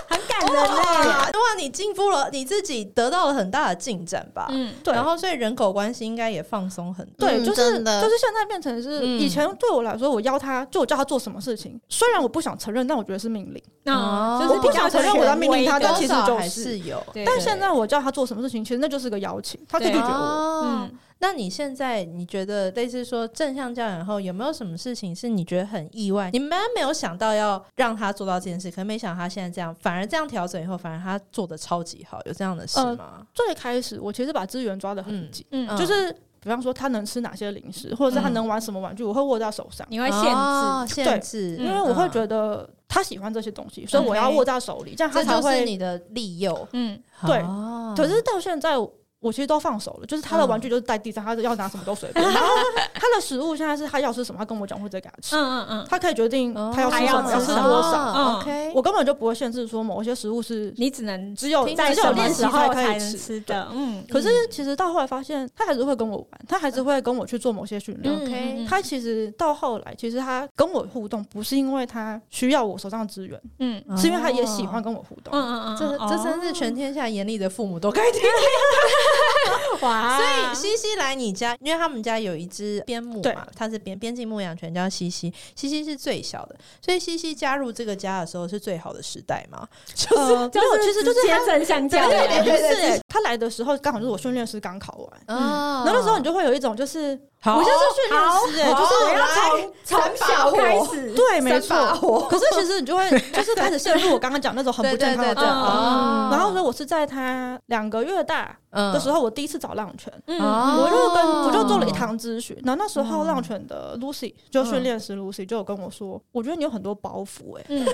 Speaker 2: 很感人嘞，
Speaker 1: 欸哇，你进步了，你自己得到了很大的进展吧？
Speaker 2: 嗯，
Speaker 4: 对
Speaker 1: 然后所以人狗关系应该也放松很多。
Speaker 4: 对，
Speaker 3: 嗯
Speaker 4: 就是
Speaker 3: 真的
Speaker 4: 就是现在变成是
Speaker 1: 嗯
Speaker 4: 以前对我来说，我要他就我叫他做什么事情，虽然我不想承认，但我觉得是命令。
Speaker 2: 那
Speaker 1: 哦
Speaker 2: 嗯就是
Speaker 1: 我不
Speaker 4: 想承认我在命令他
Speaker 1: 多
Speaker 4: 但
Speaker 1: 少
Speaker 4: 其实就
Speaker 1: 还
Speaker 4: 是
Speaker 1: 有，
Speaker 2: 对
Speaker 4: 但
Speaker 2: 对
Speaker 4: 现在我叫他做什么事情，其实那就是个邀请，他可以拒绝我。
Speaker 1: 哦
Speaker 2: 嗯，
Speaker 1: 那你现在你觉得类似说正向教养后，有没有什么事情是你觉得很意外？你们没有想到要让他做到这件事，可能没想到他现在这样，反而这样调整以后，反而他做的超级好，有这样的事
Speaker 4: 呃
Speaker 1: 吗？
Speaker 4: 最开始我其实把资源抓得很紧，
Speaker 2: 嗯，
Speaker 1: 嗯
Speaker 4: 就是比方说他能吃哪些零食，或者是他能玩什么玩具，我会握在手上，
Speaker 2: 你会限制，
Speaker 1: 哦限制，
Speaker 2: 嗯
Speaker 4: 因为我会觉
Speaker 1: 得
Speaker 4: 得他喜欢这些东西，所以我要握在手里，这样他
Speaker 1: 这
Speaker 4: 才
Speaker 1: 就是
Speaker 4: 会。
Speaker 1: 你的利诱。
Speaker 2: 嗯，
Speaker 4: 对
Speaker 1: 哦
Speaker 4: 可是到现在。我其实都放手了，就是他的玩具就是在地上，他要拿什么都随 便。然后他的食物现在是他要吃什么，他跟我讲，我会直接给他吃。
Speaker 2: 嗯嗯嗯，
Speaker 4: 他可以决定
Speaker 1: 哦
Speaker 4: 他要吃
Speaker 2: 还
Speaker 4: 什
Speaker 2: 要
Speaker 4: 么，要
Speaker 2: 吃
Speaker 4: 吃
Speaker 2: 什么
Speaker 4: 多少。
Speaker 2: 嗯
Speaker 1: OK，
Speaker 4: 我根本就不会限制说某些食物是
Speaker 2: 你只能
Speaker 4: 只有
Speaker 2: 在
Speaker 4: 只有
Speaker 2: 什么
Speaker 4: 练习
Speaker 2: 时候
Speaker 4: 可
Speaker 2: 才能
Speaker 4: 以吃。
Speaker 2: 吃的，嗯，
Speaker 4: 可是其实到后来发现，他还是会跟我玩，他还是会跟我去做某些训练。
Speaker 2: 嗯
Speaker 1: OK
Speaker 2: 嗯嗯
Speaker 4: 他其实到后来，其实他跟我互动，不是因为他需要我手上的资源，
Speaker 2: 嗯
Speaker 4: 是因为他也喜欢跟我互动。
Speaker 2: 嗯嗯嗯，
Speaker 1: 这
Speaker 2: 嗯
Speaker 1: 这真是全天下严厉的父母都该听。
Speaker 2: 哦哇，
Speaker 1: 所以西西来你家，因为他们家有一只边牧
Speaker 4: 对
Speaker 1: 嘛，它是边边境牧羊犬，叫西西。西西是最小的，所以西西加入这个家的时候是最好的时代嘛。就是
Speaker 4: 呃，没有，其实就是
Speaker 2: 接
Speaker 4: 他，
Speaker 2: 正向教
Speaker 4: 对
Speaker 2: 育
Speaker 4: 对对对对，他来的时候刚好就是我训练师刚考完，
Speaker 1: 嗯
Speaker 4: 然后那时候你就会有一种就是，
Speaker 1: 好
Speaker 4: 我现在是训练师、欸，就是
Speaker 1: 我要
Speaker 2: 从小开始，
Speaker 4: 对，没
Speaker 1: 三把
Speaker 4: 错。可是其实你就会 就是开始陷入我刚刚讲那种很不健康的
Speaker 2: 对
Speaker 4: 状
Speaker 2: 对对
Speaker 4: 况。
Speaker 2: 嗯
Speaker 4: 然后说我是在他两个月大的时
Speaker 1: 候，
Speaker 4: 候，我第一次找浪犬，
Speaker 2: 嗯，
Speaker 1: 哦
Speaker 4: 我就跟我就做了一堂咨询。然后那时候浪犬的 Lucy 就训练师 Lucy 就有跟我说，我觉得你有很多包袱哎、
Speaker 2: 嗯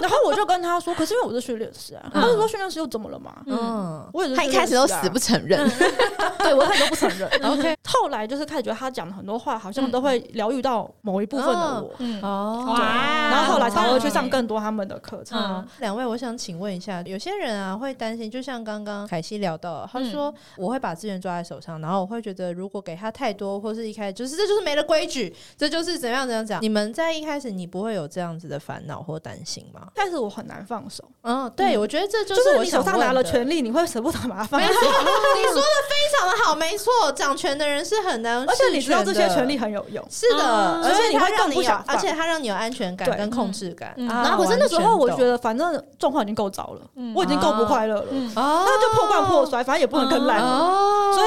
Speaker 4: 然后我就跟他说，可是因为我是训练师啊，他就说训练师又怎么了嘛？
Speaker 1: 嗯
Speaker 4: 我也是
Speaker 3: 他
Speaker 4: 训
Speaker 3: 一
Speaker 4: 练
Speaker 3: 开始都
Speaker 4: 师啊
Speaker 3: 死不承认，
Speaker 4: 对我一开始都不承认。
Speaker 1: ，OK，
Speaker 4: 后来就是开始觉得他讲的很多话，好像都会疗愈到某一部分的我。
Speaker 2: 嗯，
Speaker 1: 哦
Speaker 2: 哇
Speaker 4: 然后后来才会去上
Speaker 2: 嗯
Speaker 4: 更多他们的课程。
Speaker 2: 嗯
Speaker 1: 两位，我想请问一下，有些人啊会担心，就像刚刚凯西聊到，
Speaker 4: 嗯
Speaker 1: 他说、我会把资源抓在手上，然后我会觉得如果给他太多，或是一开始就是这就是没了规矩，这就是怎样怎样怎样。你们在一开始你不会有这样子的烦恼或担心吗？
Speaker 4: 但是我很难放手，
Speaker 1: 嗯，对，我觉得这就
Speaker 4: 就是
Speaker 1: 我
Speaker 4: 你手上拿了
Speaker 1: 权，
Speaker 4: 权力，你会舍不得把它放
Speaker 1: 没
Speaker 4: 下
Speaker 1: 错，，你说的非常的好，没错，掌权的人是很难，
Speaker 4: 而且你知道这些
Speaker 1: 利。
Speaker 4: 权力很有用。
Speaker 1: 是的，
Speaker 2: 嗯
Speaker 1: 而且
Speaker 4: 所以你
Speaker 1: 它
Speaker 4: 会
Speaker 1: 让
Speaker 4: 更
Speaker 1: 你
Speaker 4: 不
Speaker 1: 有
Speaker 4: 想，
Speaker 1: 而
Speaker 4: 放
Speaker 1: 且它让你有安全感
Speaker 4: 对
Speaker 1: 跟控制感。
Speaker 2: 嗯嗯
Speaker 1: 啊
Speaker 4: 然后可是那时候我就觉，得，反正状况已经够糟了，我已经够不快乐了，
Speaker 2: 嗯
Speaker 1: 完全懂哦，
Speaker 4: 那就破罐破摔，反正也不能更烂了。
Speaker 1: 哦，
Speaker 4: 所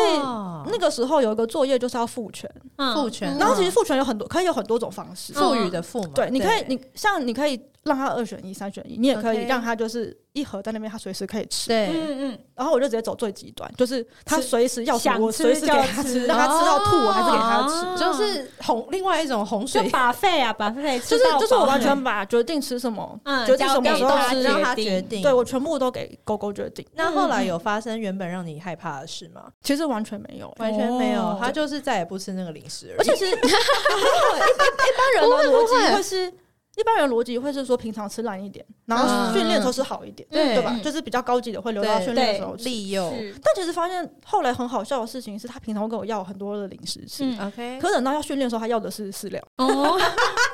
Speaker 4: 那个时候有一个作业就是要赋权，
Speaker 2: 嗯
Speaker 1: 父权，
Speaker 4: 然后其实赋权有很多，可以有很多种方式。
Speaker 1: 赋予的赋嘛，
Speaker 4: 对，你可以，你像你可以让他二选一、三选一，你也可以
Speaker 1: OK
Speaker 4: 让他就是一盒在那边，他随时可以吃。
Speaker 1: 对，
Speaker 2: 嗯嗯，
Speaker 4: 然后我就直接走最极端，就是他
Speaker 2: 吃
Speaker 4: 随时要什么，
Speaker 2: 想
Speaker 4: 我
Speaker 2: 吃
Speaker 4: 随时给
Speaker 2: 就
Speaker 4: 他
Speaker 2: 吃
Speaker 4: 吃，让他吃到吐，我还是给他吃。
Speaker 2: 哦
Speaker 1: 就是洪另外一种洪
Speaker 2: 就
Speaker 1: 水，
Speaker 2: 把费啊，把费，
Speaker 4: 就是就是我完全把决定吃什么，
Speaker 2: 嗯
Speaker 4: 决定什么时候
Speaker 2: 交给
Speaker 4: 吃，
Speaker 1: 让
Speaker 4: 让
Speaker 1: 他
Speaker 4: 他
Speaker 1: 决
Speaker 2: 嗯
Speaker 1: 定。
Speaker 4: 对我全部都给狗狗决定。
Speaker 1: 那后来有发生原本让你害怕的事吗？
Speaker 4: 其实完全没有、欸，
Speaker 1: 完全没有
Speaker 2: 哦，
Speaker 1: 他就是再也不吃那个零食而
Speaker 4: 而
Speaker 1: 已。
Speaker 4: 且是一般一般人的逻辑会是。一般人逻辑会是说平常吃烂一点，然后训练的时候吃好一点，
Speaker 1: 对
Speaker 4: 对吧
Speaker 2: 嗯？
Speaker 4: 就是比较高级的会留到
Speaker 1: 对
Speaker 4: 训练的时候吃。
Speaker 1: 利诱
Speaker 4: 但其实发现后来很好笑的事情是，他平常会跟我要很多的零食吃，
Speaker 2: 嗯
Speaker 1: ，OK，
Speaker 4: 可等到要训练的时候，他要的是饲料。
Speaker 2: 哦，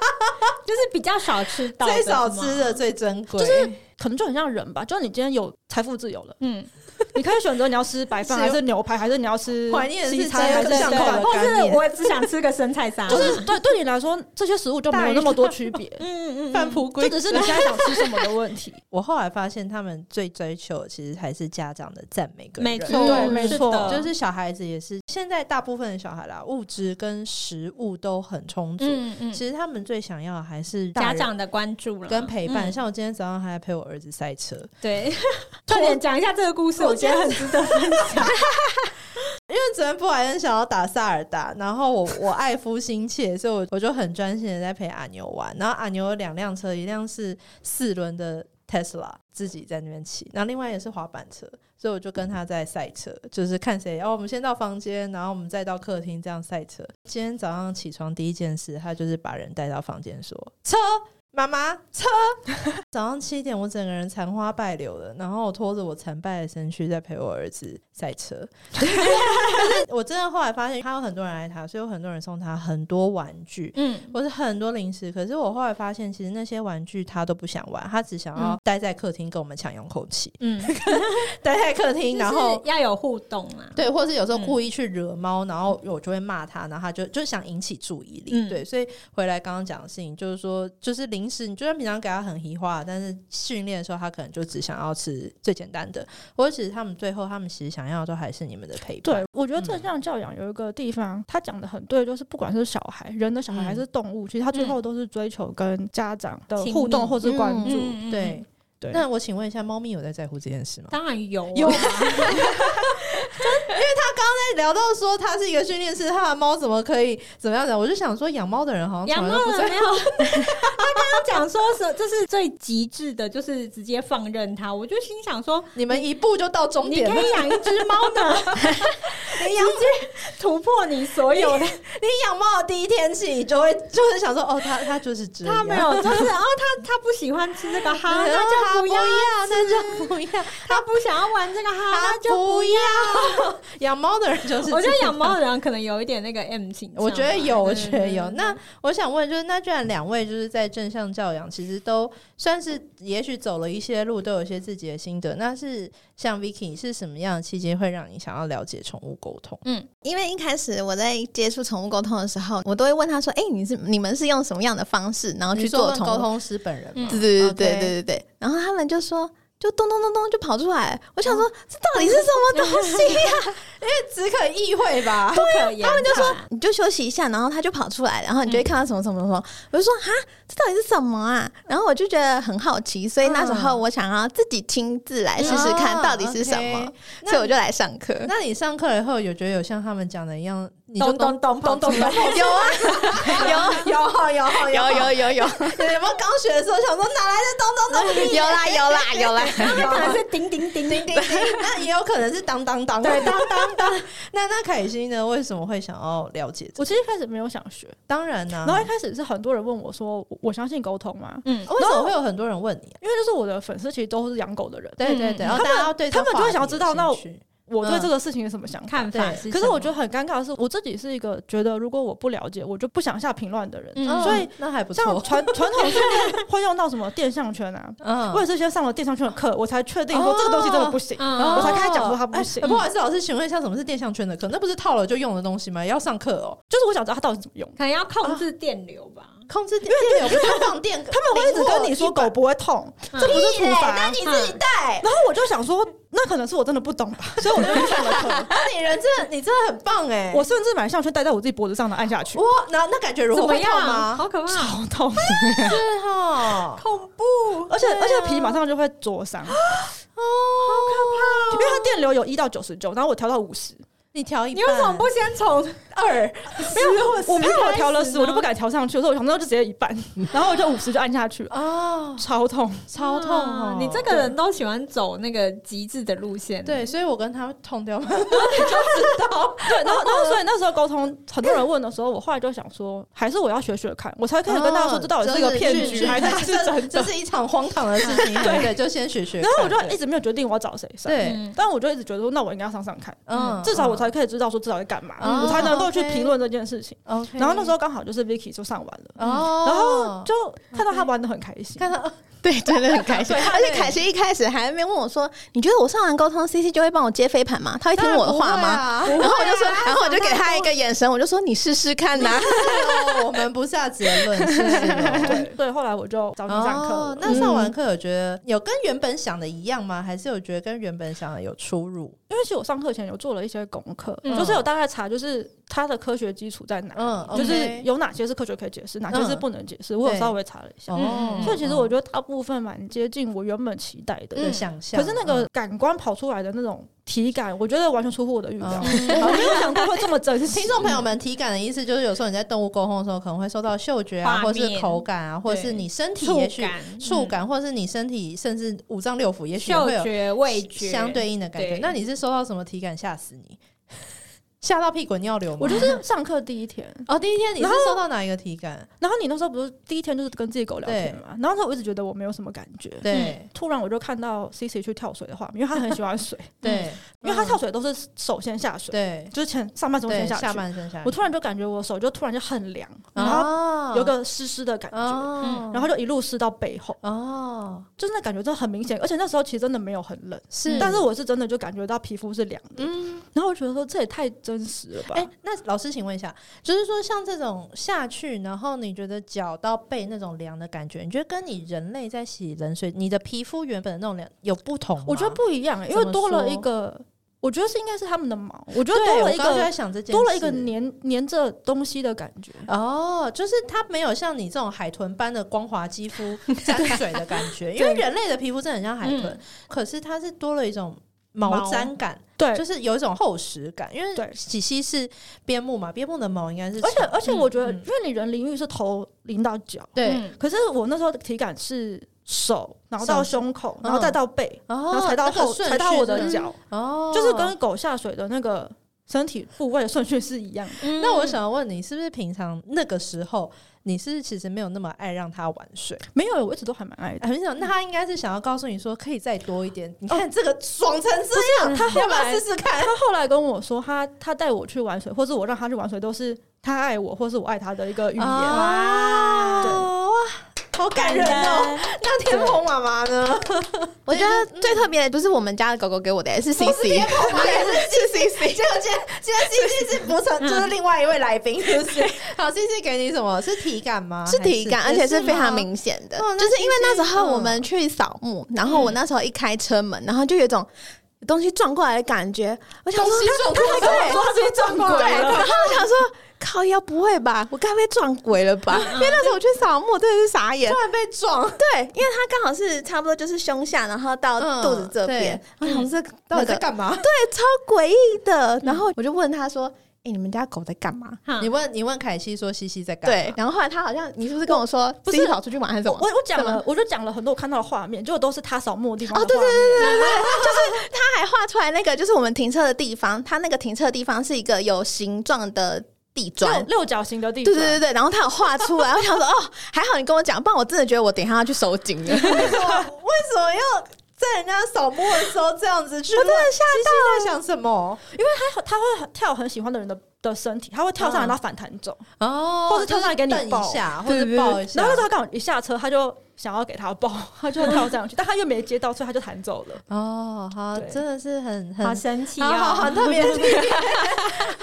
Speaker 2: 就是比较少吃到，
Speaker 1: 最少吃，的最珍贵，
Speaker 4: 就是可能就很像人吧，就是你今天有财富自由了，
Speaker 2: 嗯，
Speaker 4: 你可以选择你要吃白饭
Speaker 1: 是
Speaker 4: 还是牛排，还是你要吃
Speaker 1: 怀念是
Speaker 4: 西
Speaker 1: 这
Speaker 4: 餐
Speaker 1: 样
Speaker 4: 还是
Speaker 1: 这样
Speaker 4: 巷口
Speaker 1: 看
Speaker 4: 的
Speaker 1: 法
Speaker 2: 或
Speaker 1: 干
Speaker 2: 是
Speaker 1: 面
Speaker 2: 我只想吃个生菜沙拉，
Speaker 4: 就是对对你来说，这些食物就没有那么多区 别，
Speaker 2: 嗯嗯嗯，
Speaker 1: 返璞
Speaker 4: 就
Speaker 1: 归
Speaker 4: 只是你现在想吃什么的问题。
Speaker 1: 我后来发现，他们最追求的其实还是家长的赞美跟
Speaker 2: 没
Speaker 1: 认
Speaker 2: 错，
Speaker 4: 对没
Speaker 2: 是
Speaker 4: 错
Speaker 2: 的
Speaker 1: 就是小孩子也是，现在大部分的小孩啦，物质跟食物都很充足。
Speaker 2: 嗯嗯，
Speaker 1: 其实他们最想要的还是大
Speaker 2: 家
Speaker 1: 人
Speaker 2: 长的关注了，
Speaker 1: 跟陪伴。
Speaker 2: 嗯
Speaker 1: 像我今天早上还陪我儿子赛车，
Speaker 2: 对， 快点讲一下这个故事，
Speaker 1: 我
Speaker 2: 我觉得很值得分享。
Speaker 1: 因为昨天不小心想要打萨尔达，然后我我爱夫心切，所以我我就很专心的在陪阿牛玩。然后阿牛有两辆车，一辆是四轮的 Tesla，自己在那边骑，然后另外也是滑板车，所以我就跟他在赛车，就是看谁。哦，我们先到房间，然后我们再到客厅，这样赛车。今天早上起床第一件事，他就是把人带到房间说车。妈妈，车！ 早上七点，我整个人残花败柳的，然后我拖着我残败的身躯在陪我儿子赛车。 我真的后来发现，他有很多人爱他，所以有很多人送他很多玩具，
Speaker 2: 嗯
Speaker 1: 或是很多零食。可是我后来发现，其实那些玩具他都不想玩，他只想要待在客厅跟我们抢遥控器，
Speaker 2: 嗯，
Speaker 1: 待在客厅，然后嗯
Speaker 2: 就是要有互动啊。
Speaker 1: 对，或是有时候故意去惹猫，然后我就会骂他，然后他就就是想引起注意力。
Speaker 2: 嗯
Speaker 1: 对，所以回来刚刚讲的事情，就是说，就是零零食，你就算平常给他很稀化，但是训练的时候他可能就只想要吃最简单的，或者其实他们最后他们其实想要的都还是你们的陪伴。
Speaker 4: 对，我觉得
Speaker 2: 嗯
Speaker 4: 正向教养有一个地方，他讲的很对，就是不管是小孩、人的小孩还是动物，其实他最后都是追求跟家长的
Speaker 2: 嗯亲密
Speaker 4: 互动或是关
Speaker 3: 嗯
Speaker 4: 注。
Speaker 2: 嗯，
Speaker 1: 对
Speaker 4: 对
Speaker 1: 那我请问一下，猫咪有在在乎这件事吗？
Speaker 2: 当然有
Speaker 1: 有
Speaker 2: 啊，
Speaker 1: 在哎聊到说它是一个训练师，它的猫怎么可以怎么样的？我就想说，养猫的人好像
Speaker 2: 养
Speaker 1: 从
Speaker 2: 猫
Speaker 1: 来都不
Speaker 2: 了
Speaker 1: 在
Speaker 2: 没有？ 他刚刚讲说是这是最极致的，就是直接放任它。我就心想说，
Speaker 1: 你们一步就到终
Speaker 2: 你
Speaker 1: 点
Speaker 2: 可
Speaker 1: 了。
Speaker 2: 以养一只猫呢， 你养只突破你所有 的。
Speaker 1: 你养猫的第一天起，你就会就会想说，哦，它它 就是这样，
Speaker 2: 他没有，就是哦，他他不喜欢吃这个 哈，
Speaker 1: 对
Speaker 2: 那
Speaker 1: 它
Speaker 2: 就
Speaker 1: 不
Speaker 2: 不要
Speaker 1: 要；，那就不要，
Speaker 2: 他不想要玩这个哈，那
Speaker 1: 它
Speaker 2: 就
Speaker 1: 不
Speaker 2: 不要。
Speaker 1: 要。养猫的人就是这样，
Speaker 2: 我觉得养猫的人可能有一点那个 M 情向 吧，嗯
Speaker 1: 我觉得有，我觉得有。
Speaker 2: 对
Speaker 1: 那我想问，
Speaker 2: 嗯
Speaker 1: 就是那既然两位就是在正向教养，其实都算是也许走了一些路，都有一些自己的心得。那是像 Vicky 是什么样的契机会让你想要了解宠物沟通？
Speaker 3: 嗯， 因为一开始我在接触宠物沟通的时候，我都会问他说：“哎、你是你们是用什么样的方式，然后
Speaker 4: 哦
Speaker 1: 你
Speaker 3: 去
Speaker 1: 说
Speaker 3: 做
Speaker 1: 问
Speaker 3: 宠
Speaker 1: 沟
Speaker 3: 物
Speaker 1: 通师本人
Speaker 2: 嗯
Speaker 1: 吗？
Speaker 3: 对对对
Speaker 1: OK
Speaker 3: 对对对对。然后他们就说，就咚咚咚咚就跑出来。我想
Speaker 1: 哦
Speaker 3: 说，这到底是什么 东西？
Speaker 1: 只可意会吧。
Speaker 2: 不可啊言。他们就说，
Speaker 3: 你就休息一下，然后他就跑出来，然后你就
Speaker 1: 嗯
Speaker 3: 会看到什么什么什么。我就说哈，这到底是什么啊？然后我就觉得很好奇，所以那时候我想要自己亲自来试试看
Speaker 1: 嗯哦
Speaker 3: 到底是什么
Speaker 1: OK，那
Speaker 3: 所以我就来上课。
Speaker 4: 嗯
Speaker 1: 那你上课以后有觉得有像他们讲的一样，你就
Speaker 2: 咚咚咚咚咚咚，
Speaker 1: 有啊， 有有哈有哈
Speaker 3: 有
Speaker 1: 有
Speaker 3: 有有有
Speaker 1: 有没有刚学的时候想说哪来的咚咚咚？
Speaker 3: 有啦有啦有啦，
Speaker 2: 他可能是叮叮叮叮叮。
Speaker 1: 那也有可能是当当当，对，当当当。那那凯西呢？为什么会想要了解这？
Speaker 4: 我其实一开始没有想学，
Speaker 1: 当然
Speaker 2: 啊
Speaker 1: 啊呢、
Speaker 4: 然后一开始是很多人问我说：“我我相信沟通吗
Speaker 2: 嗯，
Speaker 1: 为什么会有很多人问你、啊？”
Speaker 4: 因为就是我的粉丝其实都是养狗的人，
Speaker 1: 对对对，然后大家要对这
Speaker 4: 他们
Speaker 1: 话题
Speaker 4: 就会想要知道那
Speaker 1: 有兴趣
Speaker 4: 我对
Speaker 1: 嗯
Speaker 4: 这个事情有什么想法？
Speaker 2: 看法
Speaker 1: 对
Speaker 2: 是什么，
Speaker 4: 可是我觉得很尴尬的是，我自己是一个觉得如果我不了解，我就不想下评论的人。
Speaker 2: 嗯
Speaker 4: 所以
Speaker 1: 那还不
Speaker 4: 像
Speaker 1: 错。
Speaker 4: 传传统训 练会用到什么电项圈啊？
Speaker 1: 嗯
Speaker 4: 我也是先上了电项圈的课，我才确定说
Speaker 1: 哦
Speaker 4: 这个东西真的不行，
Speaker 2: 嗯
Speaker 4: 我才开始讲说它不行
Speaker 1: 哎。不好意思，老师，请问一下，什么是电项圈的课？那不是套了就用的东西吗？也要上课哦。
Speaker 4: 就是我想知道它到底怎么用。
Speaker 2: 可能要控制电流吧。
Speaker 1: 控制电电流不是放电，他
Speaker 4: 他们会一直
Speaker 1: 哎
Speaker 4: 跟你说狗不会痛，
Speaker 2: 嗯
Speaker 4: 这不是处罚。
Speaker 3: 那
Speaker 4: 然
Speaker 3: 你自己带。
Speaker 4: 后我就想说，那可能是我真的不懂吧，所 以我就去上了课。
Speaker 1: 那你人真的，你真的很棒哎、
Speaker 4: 我甚至买项圈戴在我自己脖子上，然后按下去，
Speaker 1: 哇，那那感觉如
Speaker 2: 怎
Speaker 1: 何
Speaker 2: 么
Speaker 1: 会痛
Speaker 2: 样？
Speaker 1: 吗？
Speaker 2: 好可怕，
Speaker 4: 好痛，
Speaker 1: 是哈，
Speaker 2: 恐怖！
Speaker 4: 而且
Speaker 1: 对啊
Speaker 4: 而且皮马上就会灼伤，因
Speaker 1: 哦，好可怕！
Speaker 4: 为它电流有一到九十九，然后我调到五十，
Speaker 1: 你调一
Speaker 2: 你
Speaker 1: 半，
Speaker 2: 为什么不先从二？
Speaker 4: 没有，我怕我调了
Speaker 2: 开始
Speaker 4: 十，
Speaker 2: 呢
Speaker 4: 我就不敢调上去，所以我想到就直接一半，然后我就五十就按下去了，
Speaker 1: 哦，
Speaker 4: 啊超痛。
Speaker 1: 超痛哦！
Speaker 2: 啊你这个人都喜欢走那个极致的路线，
Speaker 1: 对，所以我跟他痛掉吗？
Speaker 4: 对， 然后然后
Speaker 1: 嗯
Speaker 4: 所以那时候沟通，很多人问的时候，我后来就想说，还是我要学学看，我才可以跟大家说这到底是一个骗
Speaker 1: 就
Speaker 4: 局
Speaker 1: 哦是
Speaker 4: 还是是真
Speaker 1: 啊这
Speaker 4: 的。
Speaker 1: 是一场荒唐的事情，对对，就先学学看。
Speaker 4: 然后我就一
Speaker 1: 对
Speaker 4: 直没有决定我要找谁上，
Speaker 1: 对，
Speaker 2: 嗯，
Speaker 4: 但我就一直觉得说，那我应该要上上看，
Speaker 1: 嗯，
Speaker 4: 至少我才可以知道说至少在干嘛，
Speaker 1: 嗯
Speaker 4: 我才能够去
Speaker 1: 哦，OK
Speaker 4: 评论这件事情。
Speaker 1: 嗯 OK。
Speaker 4: 然后那时候刚好就是 Vicky 就上完了，
Speaker 1: 哦，
Speaker 4: 然后就看到他玩的很开心，
Speaker 1: 看他 哦
Speaker 3: 对，真的很开心。
Speaker 1: 对他
Speaker 3: 而且
Speaker 1: 对
Speaker 3: 凯西一开始还没问我说：“你觉得我上完沟通，C C 就会帮我接飞盘吗？他会听我的话吗？”
Speaker 1: 吗？
Speaker 3: 然 后我就说，然后我就给
Speaker 1: 想
Speaker 3: 他
Speaker 1: 太
Speaker 3: 一个眼神，我就说：“你试试看 呐、
Speaker 1: 对哦我们不下结论，是不是？
Speaker 4: 对对，后来我就找你上课
Speaker 1: 哦
Speaker 4: 了，。
Speaker 1: 那上完课有觉得有跟原本想的一样吗？还是有觉得跟原本想的有出入？
Speaker 4: 因为其实我上课前有做了一些功课，
Speaker 2: 嗯
Speaker 4: 就是有大概查，就是它的科学基础在哪，
Speaker 1: 嗯
Speaker 4: 就是
Speaker 1: ，OK 嗯
Speaker 4: 有哪些是科学可以解释，哪些是不能解释。我有稍微查了一下，
Speaker 1: 哦，
Speaker 4: 所以其实我
Speaker 1: 就
Speaker 4: 觉得大部分蛮接近我原本期待的。
Speaker 1: 的想象，嗯
Speaker 4: 可是那个感官跑出来的那种体感，我觉得完全出乎我的预料，
Speaker 1: 嗯
Speaker 4: 我没有想到会这么真实。
Speaker 1: 听众朋友们，体感的意思就是，有时候你在动物沟通的时候，可能会受到嗅觉啊，
Speaker 2: 画面
Speaker 1: 或是口感啊，或是你身体
Speaker 2: 触
Speaker 1: 也许
Speaker 2: 感
Speaker 1: 触感，嗯或是你身体甚至五脏六腑，也许也
Speaker 2: 嗅
Speaker 1: 会有
Speaker 2: 觉、味觉
Speaker 1: 相对应的感觉。
Speaker 2: 对
Speaker 1: 那你是受到什么体感吓死你？ 吓到屁滚尿流吗？
Speaker 4: 我就是上课第一天，
Speaker 1: 哦，第一天你是
Speaker 4: 然后
Speaker 1: 受到哪一个体感？
Speaker 4: 然后你那时候不是第一天就是跟自己狗聊天嘛，然后我一直觉得我没有什么感觉，
Speaker 1: 对
Speaker 4: 突然我就看到 C C 去跳水的画面，因为他很喜欢水，
Speaker 1: 对，
Speaker 4: 因为他跳
Speaker 1: 嗯
Speaker 4: 水都是手先下水，
Speaker 1: 对
Speaker 4: 就是前上半身会
Speaker 1: 对
Speaker 4: 先下
Speaker 1: 下
Speaker 4: 去。
Speaker 1: 半身下去，
Speaker 4: 我突然就感觉我手就突然就很凉，然后
Speaker 1: 哦
Speaker 4: 有个湿湿的感觉，
Speaker 1: 哦
Speaker 4: 然后就一路湿到背后，
Speaker 1: 哦，嗯
Speaker 4: 就是那感觉真的很明显，而且那时候其实真的没有很冷，
Speaker 1: 是
Speaker 4: 但是我是真的就感觉到皮肤是凉的，
Speaker 1: 嗯，
Speaker 4: 然后我觉得说这也太真实了吧，
Speaker 1: 哎、那老师，请问一下，就是说像这种下去，然后你觉得脚到背那种凉的感觉，你觉得跟你人类在洗冷水，你的皮肤原本的那种凉有不同吗？
Speaker 4: 我觉得不一样、因
Speaker 1: 怎
Speaker 4: 为
Speaker 1: 么
Speaker 4: 多了一
Speaker 1: 说
Speaker 4: 个，我觉得是应该是他们的毛，我觉得
Speaker 1: 对，
Speaker 4: 多了
Speaker 1: 我
Speaker 4: 一
Speaker 1: 刚刚就在
Speaker 4: 个
Speaker 1: 想这件事，
Speaker 4: 多了一个粘粘着东西的感觉。
Speaker 1: 哦，就是它没有像你这种海豚般的光滑肌肤沾水的感觉， 因为人类的皮肤真的很像海豚，
Speaker 2: 嗯
Speaker 1: 可是它是多了一种毛
Speaker 4: 毛
Speaker 1: 毡感，
Speaker 4: 对，
Speaker 1: 就是有一种厚实感。因为
Speaker 4: 对
Speaker 1: 喜西是边牧嘛，边牧的毛应该是
Speaker 4: 而且
Speaker 1: 长
Speaker 4: 而且我觉得，
Speaker 1: 嗯嗯
Speaker 4: 因为你人淋浴是头淋到脚，
Speaker 1: 对、
Speaker 2: 嗯
Speaker 4: 可是我那时候的体感是手，然后到胸口，然后再到背，
Speaker 1: 嗯哦，
Speaker 4: 然后才到
Speaker 1: 那个
Speaker 4: 后，
Speaker 1: 顺
Speaker 4: 才到
Speaker 1: 序
Speaker 4: 我
Speaker 1: 是
Speaker 4: 的脚，
Speaker 1: 哦，
Speaker 4: 就是跟狗下水的那个身体部位的顺序是一样的。
Speaker 1: 那我想问你，是不是平常那个时候你是其实没有那么爱让它玩水？
Speaker 4: 没有，我一直都还蛮爱的。
Speaker 1: 很想，哎那他应该是想要告诉你说，可以再多一点。你看这个爽成这样，
Speaker 4: 他
Speaker 1: 你要
Speaker 4: 后
Speaker 1: 哦不啊要
Speaker 4: 来
Speaker 1: 试试看？
Speaker 4: 他后来跟我说，他他带我去玩水，或是我让他去玩水，都是他爱我，或是我爱他的一个语言。
Speaker 1: 哇
Speaker 4: 对
Speaker 1: 哦哇，好感人哦！！那天蓬妈妈呢？
Speaker 3: 我觉得最特别的不是我们家的狗狗给我的， 是 C
Speaker 1: 不是
Speaker 3: C，
Speaker 1: 天蓬妈妈也是
Speaker 3: 是 C C。
Speaker 1: 结果今天今天 C C 是不 成，就是另外一位来宾，是不是？ 好，C C 给你什么？是体感吗？
Speaker 3: 是体感，而且是非常
Speaker 1: 明。
Speaker 3: 明显的，
Speaker 1: 哦那
Speaker 3: 就是因为嗯那时
Speaker 1: 其实
Speaker 3: 候我们去扫墓，然后我那时候一开车门，然后就有一种有东西撞过来的感觉，我想说
Speaker 1: 东西撞
Speaker 3: 他
Speaker 1: 过来
Speaker 3: 他
Speaker 4: 说他直接撞鬼
Speaker 3: 对，然
Speaker 4: 了，
Speaker 3: 后我想说，靠腰不会吧？我该不会撞鬼了吧？因为那时候我去扫墓，真的是傻眼
Speaker 1: 突。然被撞，
Speaker 3: 对，因为它刚好是差不多就是胸下，然后到
Speaker 1: 嗯
Speaker 3: 肚子这边，我想说这
Speaker 1: 到
Speaker 3: 那
Speaker 1: 底
Speaker 3: 个
Speaker 1: 在干嘛？
Speaker 3: 对超诡异的。然后我就问他说：“哎，你们家狗在嗯干嘛？”
Speaker 1: 你问你问凯西说西西在干嘛？
Speaker 3: 对，然后后来他好像你是不是跟我说
Speaker 4: 不
Speaker 3: 自
Speaker 4: 是
Speaker 3: 己跑出去玩还是什么？
Speaker 4: 我我讲
Speaker 3: 是
Speaker 4: 了
Speaker 3: 吗，
Speaker 4: 我就讲了很多我看到的画面，结果都是他扫墓的地方的
Speaker 3: 哦对对
Speaker 4: 画面
Speaker 3: 他还画出来那个就是我们停车的地方，他那个停车的地方是一个有形状的地砖。
Speaker 4: 六六角形的地
Speaker 3: 对
Speaker 4: 砖，
Speaker 3: 对对对，然后他有画出来，我 想说哦，还好你跟我讲，不然我真的觉得我等一下要去收紧了。
Speaker 1: 为什么为什么要在人家扫墓的时候这样子去？
Speaker 3: 我真的
Speaker 1: 吓到，在想什么？
Speaker 4: 他他会很跳很喜欢的人的的身体，他会跳上来
Speaker 1: 嗯
Speaker 4: 然后反弹走，
Speaker 1: 哦
Speaker 4: 或是跳上来给你
Speaker 1: 就是瞪
Speaker 4: 抱
Speaker 1: 一下，或
Speaker 4: 对
Speaker 1: 者
Speaker 4: 对对
Speaker 1: 抱一下，
Speaker 4: 然后那时候他刚好一下车，他就想要给他抱，他就跳上去，但他又没接到，所以他就弹走了。
Speaker 1: 哦，好，
Speaker 4: 对
Speaker 1: 真的是很很
Speaker 2: 好神奇
Speaker 1: 好好好
Speaker 2: 哦！
Speaker 1: 特别。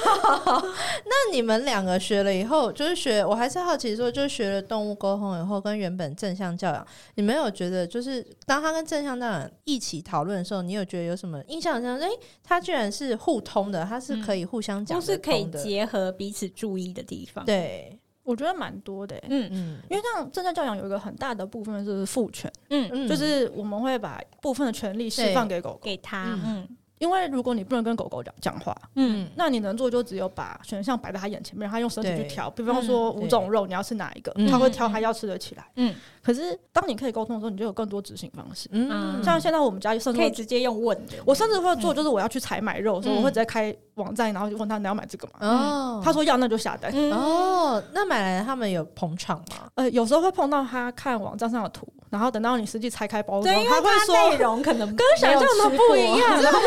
Speaker 1: 好好好那你们两个学了以后，就是学，我还是好奇说，就是学了动物沟通以后，跟原本正向教养，你们有觉得就是当他跟正向教养一起讨论的时候，你有觉得有什么印象深？哎、他居然是互通的，他是可以互相讲
Speaker 2: 都
Speaker 1: 得
Speaker 2: 是可以
Speaker 1: 通的，
Speaker 2: 结合彼此注意的地方。，
Speaker 1: 对，
Speaker 4: 我觉得蛮多的欸、
Speaker 2: 嗯
Speaker 1: 嗯
Speaker 4: 因为像正向教养有一个很大的部分就是父权，
Speaker 2: 嗯，
Speaker 1: 嗯
Speaker 4: 就是我们会把部分的权利释放给狗狗，
Speaker 2: 给他，嗯
Speaker 4: 因为如果你不能跟狗狗讲讲话，
Speaker 2: 嗯
Speaker 4: 那你能做就只有把选项摆在他眼前面，让他用身体
Speaker 1: 对
Speaker 4: 去挑。比方说
Speaker 1: 嗯
Speaker 4: 五种肉，你要吃哪一个
Speaker 1: 嗯，
Speaker 4: 他会挑他要吃的起来。
Speaker 2: 嗯，
Speaker 4: 可是当你可以沟通的时候，你就有更多执行方式。
Speaker 1: 嗯，
Speaker 4: 像现在我们家甚至
Speaker 2: 可以
Speaker 4: 会
Speaker 2: 直接用问的。
Speaker 4: 我甚至会做，就是我要去采买肉的时
Speaker 1: 嗯
Speaker 4: 候，我会直接开网站，然后就问他你要买这个吗？
Speaker 1: 哦，
Speaker 4: 他说要，那就下单。
Speaker 2: 嗯
Speaker 1: 哦，那买来他们有捧场吗？
Speaker 4: 呃，有时候会碰到他看网站上的图，然后等到你实际拆开包
Speaker 2: 对，
Speaker 4: 装
Speaker 2: 因，为
Speaker 4: 他会
Speaker 2: 它内
Speaker 4: 说
Speaker 2: 容可能跟
Speaker 4: 跟想象的不一。样，然后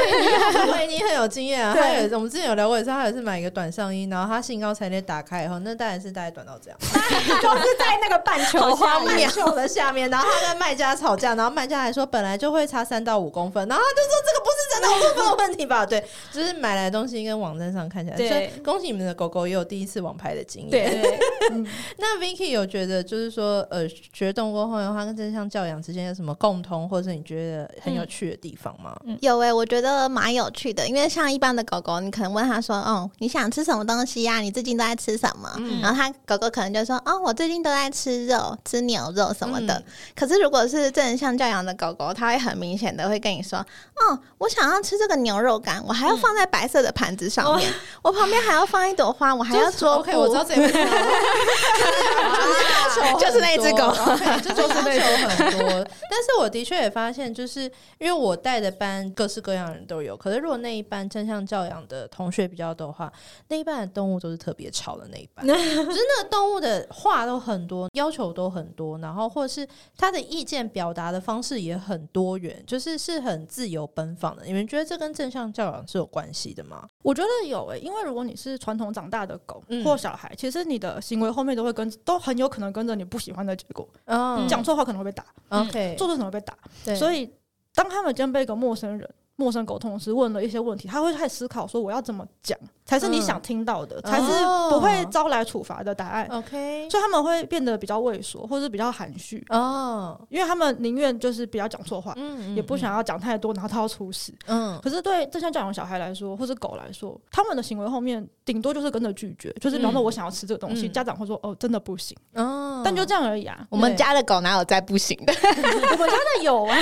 Speaker 1: 维尼很有经验啊，
Speaker 4: 对
Speaker 1: 他也是我们之前有聊过一次，他也是买一个短上衣，然后他兴高采烈打开以后，那当然是大概短到这样，
Speaker 2: 就是在那个半球下面，
Speaker 1: 半袖的下面，然后他跟卖家吵架，然后卖家还说本来就会差三到五公分，然后他就说这个不是三到五公分的问题吧？ 对，就是买来的东西跟网站上看起来，
Speaker 2: 对
Speaker 1: 所以恭喜你们的狗狗也有第一次网拍的经验。
Speaker 2: 对，
Speaker 1: 那 Vicky 有觉得就是说，呃，学动物沟通的话跟正向教养之间有什么共通，或者是你觉得很
Speaker 2: 嗯
Speaker 1: 有趣的地方吗？
Speaker 3: 有诶、我觉得蛮有趣的，因为像一般的狗狗，你可能问他说：“哦，你想吃什么东西啊呀、你最近都在吃什么？”
Speaker 1: 嗯
Speaker 3: 然后他狗狗可能就说：“哦，我最近都在吃肉，吃牛肉什么的。
Speaker 1: 嗯
Speaker 3: 可是如果是正向教养的狗狗，它会很明显的会跟你说：“哦，我想要吃这个牛肉干，我还要放在白色的盘子上面，我旁边还要放一朵花，我还要哦
Speaker 1: 就是
Speaker 3: 桌布。
Speaker 1: OK，我知道这一位是哪位。
Speaker 3: 就是那只狗
Speaker 1: OK，就就是那只很多。但是我的确也发现，就是因为我带的班各式各样的人都有，可是如果那一班正向教养的同学比较多的话，那一班的动物都是特别吵的那一 班，就是那个动物的话都很多，要求都很多，然后或者是他的意见表达的方式也很多元，就是是很自由奔放的。你们觉得这跟正向教养是有关系的吗？
Speaker 4: 我觉得有欸诶、因为如果你是传统长大的狗
Speaker 1: 嗯
Speaker 4: 或小孩，其实你的行为后面都会跟，都很有可能跟着你不喜欢的结果。
Speaker 1: 嗯
Speaker 4: 讲错话可能会被打，
Speaker 3: 嗯
Speaker 1: OK，
Speaker 4: 做错什么会被打。
Speaker 1: 对，
Speaker 4: 所
Speaker 1: 以
Speaker 4: 以，当他们今天被一个陌生人、陌生狗同时问了一些问题，他会开始思考说我要怎么讲才是你
Speaker 1: 嗯
Speaker 4: 想听到的，才是
Speaker 1: 哦
Speaker 4: 不会招来处罚的答案。
Speaker 1: OK，
Speaker 4: 所以他们会变得比较畏缩，或是比较含蓄，
Speaker 1: 哦，
Speaker 4: 因为他们宁愿就是不要讲错话，
Speaker 1: 嗯
Speaker 4: 也不，想要讲太多，然后他要出事。
Speaker 1: 嗯
Speaker 4: 可是对正向教养小孩来说，或是狗来说，他们的行为后面顶多就是跟着拒绝，就是比方说
Speaker 1: 嗯
Speaker 4: 我想要吃这个东西，
Speaker 1: 嗯
Speaker 4: 家长会说哦真的不行，
Speaker 1: 嗯哦，
Speaker 4: 但就这样而已啊。
Speaker 3: 我们家的狗哪有再不行的？
Speaker 4: 我们家的有啊，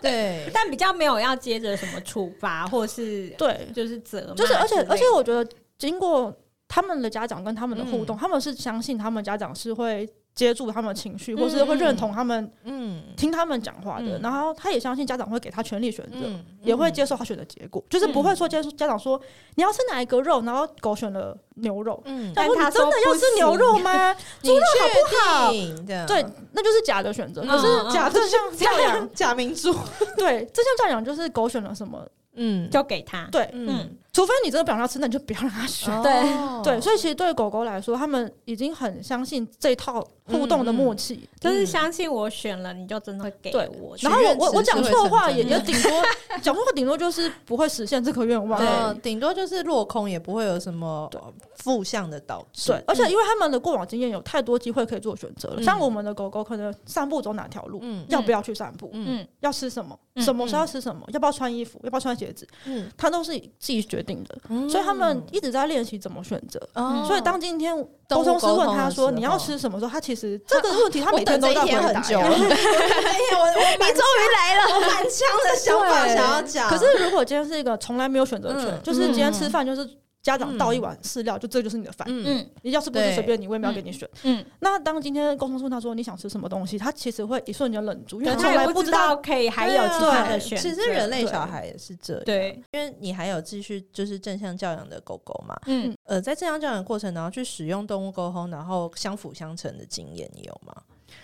Speaker 1: 对，
Speaker 2: 但比较没有要接着什么处罚或
Speaker 1: 嗯
Speaker 2: 是
Speaker 4: 对，
Speaker 2: 就是责骂之类的，
Speaker 4: 就是而且而且我觉得经过他们的家长跟他们的互动，
Speaker 1: 嗯
Speaker 4: 他们是相信他们家长是会。接住他们情绪，
Speaker 2: 嗯
Speaker 4: 或是会认
Speaker 1: 嗯
Speaker 4: 同他们、
Speaker 1: 嗯
Speaker 4: 听他们讲话的，
Speaker 1: 嗯
Speaker 4: 然后他也相信家长会给他权利选择，
Speaker 1: 嗯，
Speaker 4: 也会
Speaker 1: 嗯
Speaker 4: 接受他选的结果，就是不会说接受家长说你要吃哪一个肉，然后狗选了牛肉，
Speaker 1: 嗯，
Speaker 2: 但
Speaker 4: 但说你
Speaker 2: 他
Speaker 4: 真
Speaker 2: 说
Speaker 4: 的要
Speaker 2: 不
Speaker 4: 吃牛
Speaker 2: 行
Speaker 4: 肉 吗？
Speaker 1: 你确
Speaker 4: 好
Speaker 1: 定的
Speaker 4: 对，那就是假的选择。
Speaker 2: 嗯
Speaker 4: 可是假正向教养，
Speaker 1: 假民主，
Speaker 4: 对正向教养就是狗选了什么，
Speaker 1: 嗯，
Speaker 2: 就给他，
Speaker 4: 对，
Speaker 1: 嗯，哦
Speaker 4: 除非你真的不想让它吃，那你就不要让它选。
Speaker 1: 对
Speaker 4: 对，所以其实对狗狗来说，他们已经很相信这套互动的默契。
Speaker 2: 就是相信我选了，你就真的会给
Speaker 4: 对
Speaker 2: 嗯我。
Speaker 1: 许
Speaker 4: 然后我
Speaker 1: 愿
Speaker 4: 我
Speaker 1: 池
Speaker 4: 我
Speaker 1: 是
Speaker 4: 讲
Speaker 1: 会
Speaker 4: 错话
Speaker 1: 成
Speaker 4: 也
Speaker 1: 真的
Speaker 4: 也顶多讲错话顶多就是不会实现这个愿望。
Speaker 1: 对，顶多就是落空，也不会有什么呃负向的导致。
Speaker 4: 对，而且因为他们的过往经验有太多机会可以做选择了，
Speaker 1: 嗯
Speaker 4: 像我们的狗狗可能散步走哪条路，
Speaker 1: 嗯
Speaker 4: 要不要去散步，
Speaker 1: 嗯
Speaker 2: 嗯，
Speaker 4: 要吃什么，
Speaker 2: 嗯
Speaker 4: 什么时候要吃什么，要不要穿衣服，要不要穿鞋子，
Speaker 1: 嗯
Speaker 4: 它都是自己决定的。
Speaker 1: 嗯
Speaker 4: 所以他们一直在练习怎么选择。
Speaker 1: 哦
Speaker 4: 所以当今天
Speaker 1: 动
Speaker 4: 沟
Speaker 1: 物
Speaker 4: 通师
Speaker 1: 沟
Speaker 4: 问
Speaker 1: 通
Speaker 4: 他
Speaker 1: 的
Speaker 4: 说
Speaker 1: 时
Speaker 4: 你要
Speaker 1: 候
Speaker 4: 吃什么时候，他其实这个问题他每天
Speaker 1: 我等这
Speaker 4: 都
Speaker 1: 一
Speaker 4: 在回
Speaker 1: 天
Speaker 4: 答
Speaker 1: 很久了，
Speaker 4: 呀
Speaker 1: 哎我我
Speaker 3: 你终于来了，
Speaker 1: 我满腔的想法
Speaker 4: 对
Speaker 1: 想要讲，
Speaker 4: 可是如果今天是一个从来没有选择权
Speaker 1: 嗯，
Speaker 4: 就是今天吃
Speaker 1: 嗯
Speaker 4: 饭就是家长倒一碗饲料，就这就是你的饭。
Speaker 1: 嗯
Speaker 2: 嗯
Speaker 4: 你要吃不吃
Speaker 1: 对
Speaker 4: 随便你，我也没有给你选。
Speaker 2: 嗯，
Speaker 4: 那当今天沟通师问他说你想吃什么东西，他其实会一瞬间忍住，因为
Speaker 2: 可是
Speaker 4: 他从
Speaker 2: 他
Speaker 4: 来
Speaker 2: 也不
Speaker 4: 知
Speaker 2: 知
Speaker 4: 道
Speaker 2: 道可以还有啊其他的选择，
Speaker 1: 啊其实人类
Speaker 4: 对
Speaker 1: 小孩也是这样，
Speaker 2: 对，
Speaker 1: 因为你还有继续就是正向教养的狗狗嘛，
Speaker 2: 嗯，
Speaker 1: 呃，在正向教养的过程，然后去使用动物沟通，然后相辅相成的经验，你有吗？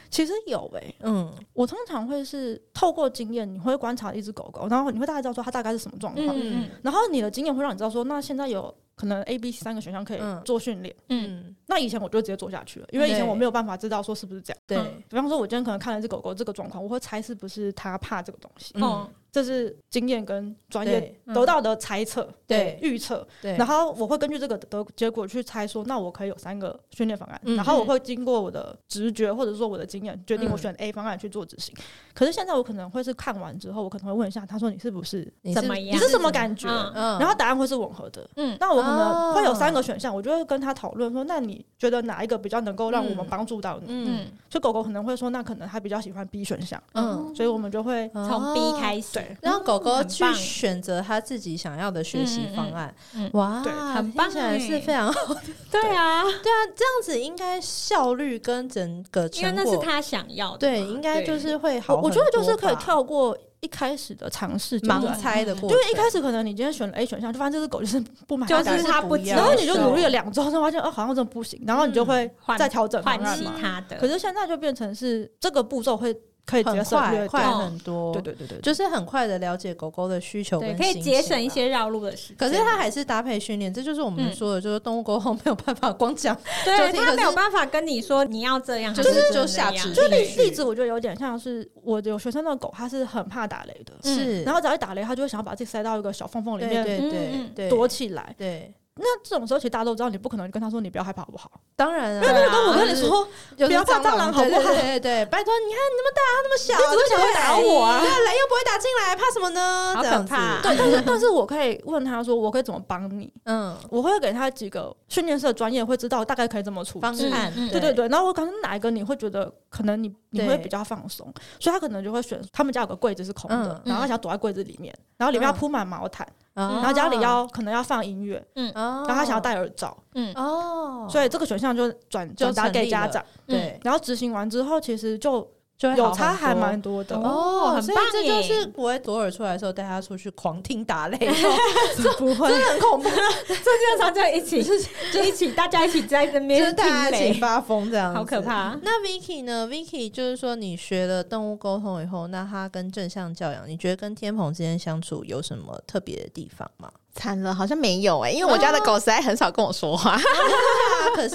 Speaker 4: 其实有欸诶、
Speaker 1: 嗯
Speaker 4: 我通常会是透过经验，你会观察一只狗狗，然后你会大概知道说它大概是什么状况。
Speaker 2: 嗯
Speaker 4: 然后你的经验会让你知道说，那现在有可能 A、B、C 三个选项可以
Speaker 1: 嗯
Speaker 4: 做训练。
Speaker 2: 嗯
Speaker 1: 嗯，
Speaker 4: 那以前我就直接做下去了，因为以前
Speaker 1: 对
Speaker 4: 我没有办法知道说是不是这样。
Speaker 1: 对，
Speaker 2: 嗯
Speaker 4: 比方说，我今天可能看了一只狗狗这个状况，我会猜是不是它怕这个东西，
Speaker 2: 嗯，哦，
Speaker 4: 这是经验跟专业
Speaker 1: 对嗯
Speaker 4: 得到的猜测、
Speaker 1: 对
Speaker 4: 预测。
Speaker 1: 对，
Speaker 4: 然后我会根据这个得结果去猜说，那我可以有三个训练方案，
Speaker 1: 嗯
Speaker 4: 然后我会经过我的直觉或者说我的经验决定我选 A 方案去做执行。可是现在我可能会是看完之后，我可能会问一下他说你是不是，
Speaker 1: 你
Speaker 2: 怎么样
Speaker 4: 你是什么感觉？
Speaker 2: 嗯
Speaker 1: 嗯
Speaker 4: 然后答案会是吻合的。
Speaker 2: 嗯
Speaker 4: 那我可能会有
Speaker 1: 哦
Speaker 4: 三个选项，我就会跟他讨论说，那你觉得哪一个比较能够让我们
Speaker 1: 嗯
Speaker 4: 帮助到你？
Speaker 1: 嗯
Speaker 2: 嗯，
Speaker 4: 所以狗狗可能会说，那可能它比较喜欢 B 选项，
Speaker 1: 嗯，
Speaker 4: 所以我们就会
Speaker 2: 从 B 开始，嗯
Speaker 4: 对
Speaker 1: 让狗狗
Speaker 2: 很
Speaker 1: 去
Speaker 2: 棒
Speaker 1: 选择它自己想要的学习方案。
Speaker 2: 嗯嗯嗯
Speaker 1: 哇，
Speaker 4: 对
Speaker 2: 很棒
Speaker 1: 听起来是
Speaker 2: 欸
Speaker 1: 非常好。
Speaker 2: 对啊，
Speaker 1: 对啊，这样子应该效率跟整个成
Speaker 2: 因
Speaker 1: 果，
Speaker 2: 为那是他想要的，
Speaker 1: 对，应该就是会好
Speaker 4: 我
Speaker 1: 很
Speaker 4: 我
Speaker 1: 多吧。
Speaker 4: 觉得就是可以跳过一开始的尝试阶段
Speaker 1: 盲猜的过
Speaker 4: 因
Speaker 1: 程，
Speaker 4: 为一开始可能你今天选了 A 选项，就发现这只狗就是不买
Speaker 2: 就
Speaker 4: 单，
Speaker 2: 是他不
Speaker 1: 就是不
Speaker 2: 知
Speaker 1: 一
Speaker 2: 道，
Speaker 1: 样
Speaker 4: 然后你就努力了两周，之后发现哦好像真的不行，然后你就
Speaker 1: 嗯
Speaker 4: 会
Speaker 2: 换
Speaker 4: 再调整方
Speaker 2: 换
Speaker 4: 案
Speaker 2: 其
Speaker 4: 嘛。
Speaker 2: 他的，
Speaker 4: 可是现在就变成是这个步骤会可以直接
Speaker 1: 很
Speaker 4: 省
Speaker 1: 快
Speaker 4: 略
Speaker 1: 快哦
Speaker 4: 掉，
Speaker 2: 掉
Speaker 1: 很多，
Speaker 4: 对对对对，
Speaker 1: 就是很快的了解狗狗的需求
Speaker 2: 对，
Speaker 1: 跟
Speaker 2: 可以
Speaker 1: 心
Speaker 2: 节
Speaker 1: 情啊
Speaker 2: 省一
Speaker 1: 啦。
Speaker 2: 些绕路的时间，
Speaker 1: 可是它还是搭配训练，这就是我们
Speaker 2: 嗯
Speaker 1: 说的，就是动物沟通没有办法光 讲，
Speaker 2: 对
Speaker 1: 就是
Speaker 2: 他没有办法跟你说你要这样，
Speaker 1: 就是
Speaker 2: 还
Speaker 1: 就
Speaker 2: 这
Speaker 1: 下
Speaker 2: 样
Speaker 1: 指
Speaker 4: 就例
Speaker 1: 对
Speaker 4: 例子，我觉得有点像是我有学生的狗，它是很怕打雷的，
Speaker 2: 嗯
Speaker 1: 是，
Speaker 4: 然后只要一打雷，它就会想要把自己塞到一个小缝缝里
Speaker 1: 对
Speaker 4: 面
Speaker 1: 对对
Speaker 2: 嗯
Speaker 1: 对，
Speaker 4: 躲起来。
Speaker 1: 对，
Speaker 4: 那这种时候，其实大家都知道，你不可能跟他说你不要害怕，好不好？
Speaker 1: 当然
Speaker 4: 因为
Speaker 1: 啊，
Speaker 4: 那跟我跟你说，
Speaker 1: 有
Speaker 4: 不要怕蟑螂好不
Speaker 1: 对对
Speaker 4: 好
Speaker 1: 对对，拜托，你看你那么大，那么小，啊
Speaker 4: 你只会想要打我啊
Speaker 1: 对，来又不会打进来，怕什么呢？
Speaker 2: 好
Speaker 1: 这
Speaker 2: 可
Speaker 1: 样子
Speaker 2: 怕，，
Speaker 4: 对，但是但是我可以问他说，我可以怎么帮你？
Speaker 1: 嗯，
Speaker 4: 我会给他几个训练社专业会知道大概可以怎么处
Speaker 1: 方
Speaker 4: 置。
Speaker 1: 案，
Speaker 2: 嗯嗯
Speaker 4: 对对对，然后我可能哪一个你会觉得可能你你
Speaker 1: 对
Speaker 4: 会比较放松，所以他可能就会选他们家有个柜子是空的，
Speaker 1: 嗯
Speaker 4: 然后他想躲在柜子里面，然后里面要
Speaker 1: 嗯
Speaker 4: 铺满毛毯，
Speaker 1: 然
Speaker 4: 然后家里要、可能要放音乐，
Speaker 1: 哦，
Speaker 4: 然后他想要戴耳罩，
Speaker 2: 嗯，
Speaker 1: 哦，
Speaker 4: 所以这个选项就转
Speaker 1: 就
Speaker 4: 转达
Speaker 1: 成
Speaker 4: 给
Speaker 1: 立
Speaker 4: 家
Speaker 1: 了
Speaker 4: 长。
Speaker 1: 对，
Speaker 4: 然后执行完之后，其实就
Speaker 1: 就会好
Speaker 4: 有
Speaker 1: 很
Speaker 4: 差还
Speaker 1: 多
Speaker 4: 蛮多的。
Speaker 1: 哦，
Speaker 2: 很
Speaker 1: 所以
Speaker 2: 棒
Speaker 1: 这就
Speaker 2: 耶
Speaker 1: 是我会左耳出来的时候带他出去狂听打 擂，
Speaker 4: 不会，
Speaker 1: 真的很恐怖，
Speaker 2: 这个时候就一起，就一起，大家一起在那
Speaker 1: 就
Speaker 2: 边
Speaker 1: 是大家一起
Speaker 2: 听雷，
Speaker 1: 发疯这样，
Speaker 2: 好可。怕。
Speaker 1: 那 Vicky 呢？Vicky 就是说，你学了动物沟通以后，那他跟正向教养，你觉得跟天蓬之间相处有什么特别的地方 吗？
Speaker 3: 惨了，好像没有哎、因为我家的狗实在很少跟我说话。
Speaker 1: 啊，可是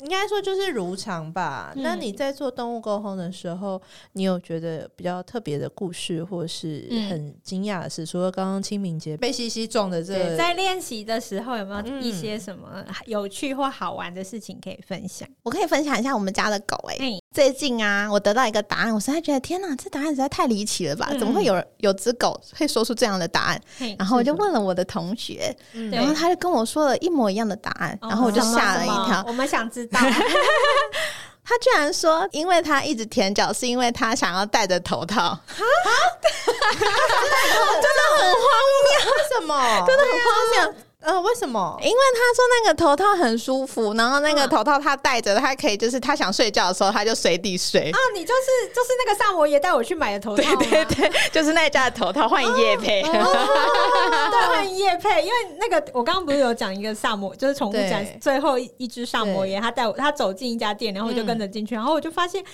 Speaker 1: 应该说就是如常吧。那
Speaker 2: 嗯
Speaker 1: 你在做动物沟通的时候，你有觉得比较特别的故事，或是
Speaker 2: 嗯
Speaker 1: 很惊讶的事？除了刚刚清明节被西西撞的这
Speaker 2: 对，
Speaker 1: 个，
Speaker 2: 在练习的时候有没有
Speaker 1: 嗯
Speaker 2: 一些什么有趣或好玩的事情可以分享？
Speaker 3: 我可以分享一下我们家的狗哎、
Speaker 2: 哎，
Speaker 3: 最近啊，我得到一个答案，我实在觉得天哪，这答案实在太离奇了吧？
Speaker 2: 嗯
Speaker 3: 怎么会有人有只狗会说出这样的答案？
Speaker 2: 嘿
Speaker 3: 然后我就，问了我的同学，
Speaker 1: 嗯
Speaker 2: 对
Speaker 3: 然后他就跟我说了一模一样的答案，
Speaker 2: 哦
Speaker 3: 然后我就
Speaker 2: 什么
Speaker 3: 吓了一
Speaker 2: 什么
Speaker 3: 跳。
Speaker 2: 我们想知道，哦
Speaker 3: 他居然说，因为他一直舔脚，是因为他想要戴着头套。
Speaker 1: 为什 么？
Speaker 3: 真的很荒谬，
Speaker 1: 呃，为什么？
Speaker 3: 因为他说那个头套很舒服，然后那个
Speaker 2: 嗯
Speaker 3: 头套他戴着，他可以就是他想睡觉的时候，他就随地睡
Speaker 2: 啊。，你就是就是那个萨摩耶带我去买的头套，对对对，
Speaker 3: 就是那家的头套换夜配，
Speaker 2: 换叶配，因为那个我刚刚不是有讲一个萨摩，就是宠物展
Speaker 1: 对
Speaker 2: 最后一一只萨摩耶，他带我他走进一家店，然后我就跟着进
Speaker 1: 嗯
Speaker 2: 去，然后我就发现，哎，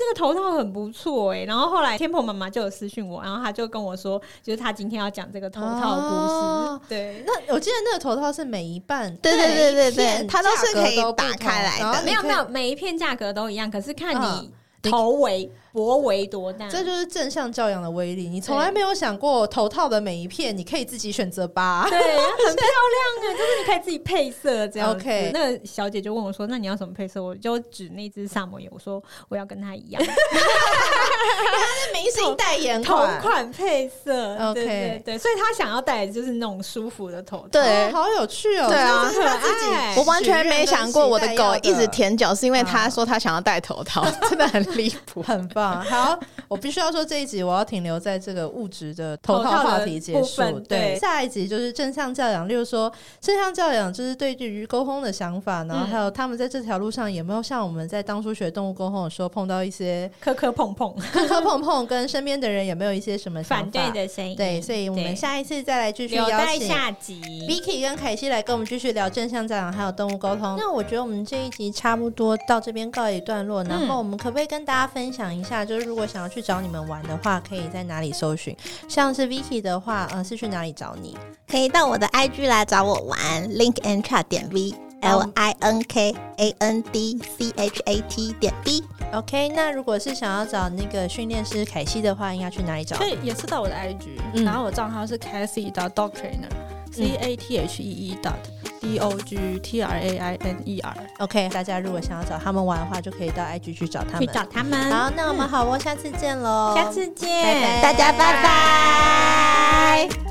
Speaker 2: 这个头套很不错哎，然后后来天蓬妈妈就有私讯我，然后她就跟我说，就是她今天要讲这个头套的故
Speaker 1: 哦
Speaker 2: 事，对。
Speaker 1: 那我记得那个头套是每一半，
Speaker 3: 对对对对对
Speaker 1: 每一片
Speaker 3: 它都是可以
Speaker 1: 价格都不同
Speaker 3: 打开来的
Speaker 1: 然后你
Speaker 2: 没有
Speaker 1: 可以
Speaker 2: 没有，每一片价格都一样，可是看
Speaker 1: 嗯
Speaker 2: 你头围、脖围多大，
Speaker 1: 这就是正向教养的威力。你从来没有想过头套的每一片，你可以自己选择 吧？
Speaker 2: 对，很漂亮啊，就是你可以自己配色这样子。
Speaker 1: OK
Speaker 2: 那个小姐就问我说：“那你要什么配色？”我就指那只萨摩耶，我说：“我要跟它一样，
Speaker 1: 明星代言
Speaker 2: 同
Speaker 1: 款，
Speaker 2: 款配色。
Speaker 1: OK
Speaker 2: 对对对，所以她想要戴的就是那种舒服的头套。
Speaker 1: 哦
Speaker 3: 对。
Speaker 1: 好有趣哦！
Speaker 3: 对啊
Speaker 1: 这是他自己
Speaker 2: 很可爱
Speaker 3: 我完全没想过我的嗯狗一直
Speaker 1: 舔，
Speaker 3: 舔脚，是因为他说他想要戴头套， 真的很离谱。
Speaker 1: 很棒。好，我必须要说这一集我要停留在这个物质的头
Speaker 2: 头
Speaker 1: 套
Speaker 2: 套的
Speaker 1: 话题结
Speaker 2: 部
Speaker 1: 束
Speaker 2: 分。对
Speaker 1: 下一集就是正向教养，例如说正向教养就是对于沟通的想法，然后
Speaker 2: 嗯
Speaker 1: 还有他们在这条路上有没有像我们在当初学动物沟通的时候碰到一些
Speaker 2: 磕磕碰碰，
Speaker 1: 磕磕碰碰，跟身边的人有没有一些什么想
Speaker 2: 反
Speaker 1: 法
Speaker 2: 对的声音。
Speaker 1: 对，所以我们
Speaker 2: 对
Speaker 1: 下一次再来继续
Speaker 2: 留
Speaker 1: 邀
Speaker 2: 待
Speaker 1: 请
Speaker 2: 下集。
Speaker 1: Vicky 跟凯西来跟我们继续聊正向教养还有动物沟通。那我觉得我们这一集差不多到这边告一段落，然后我们可不可以跟大家分享一下，就是如果想要去找你们玩的话，可以在哪里搜寻？像是 Vicky 的话，呃，是去哪里找你？
Speaker 3: 可以到我的 IG 来找我玩，link and chat 点 v l i n k a n d c h a t 点 b。
Speaker 1: OK，那如果是想要找那个训练师凯西的话，应该去哪里找？
Speaker 4: 所以也是到我的 IG，、
Speaker 1: 嗯
Speaker 4: 然后我账号是 Cathy 的 Dog Trainer，C A T H E E dot D O G T R A I N E R。
Speaker 1: OK，大家如果想要找他们玩的话，就可以到 IG 去找他
Speaker 2: 去
Speaker 1: 们。
Speaker 2: 找他们，
Speaker 1: 好，那我们好哦，下次见喽，
Speaker 2: 下次见，
Speaker 1: 拜拜
Speaker 3: 大家拜拜。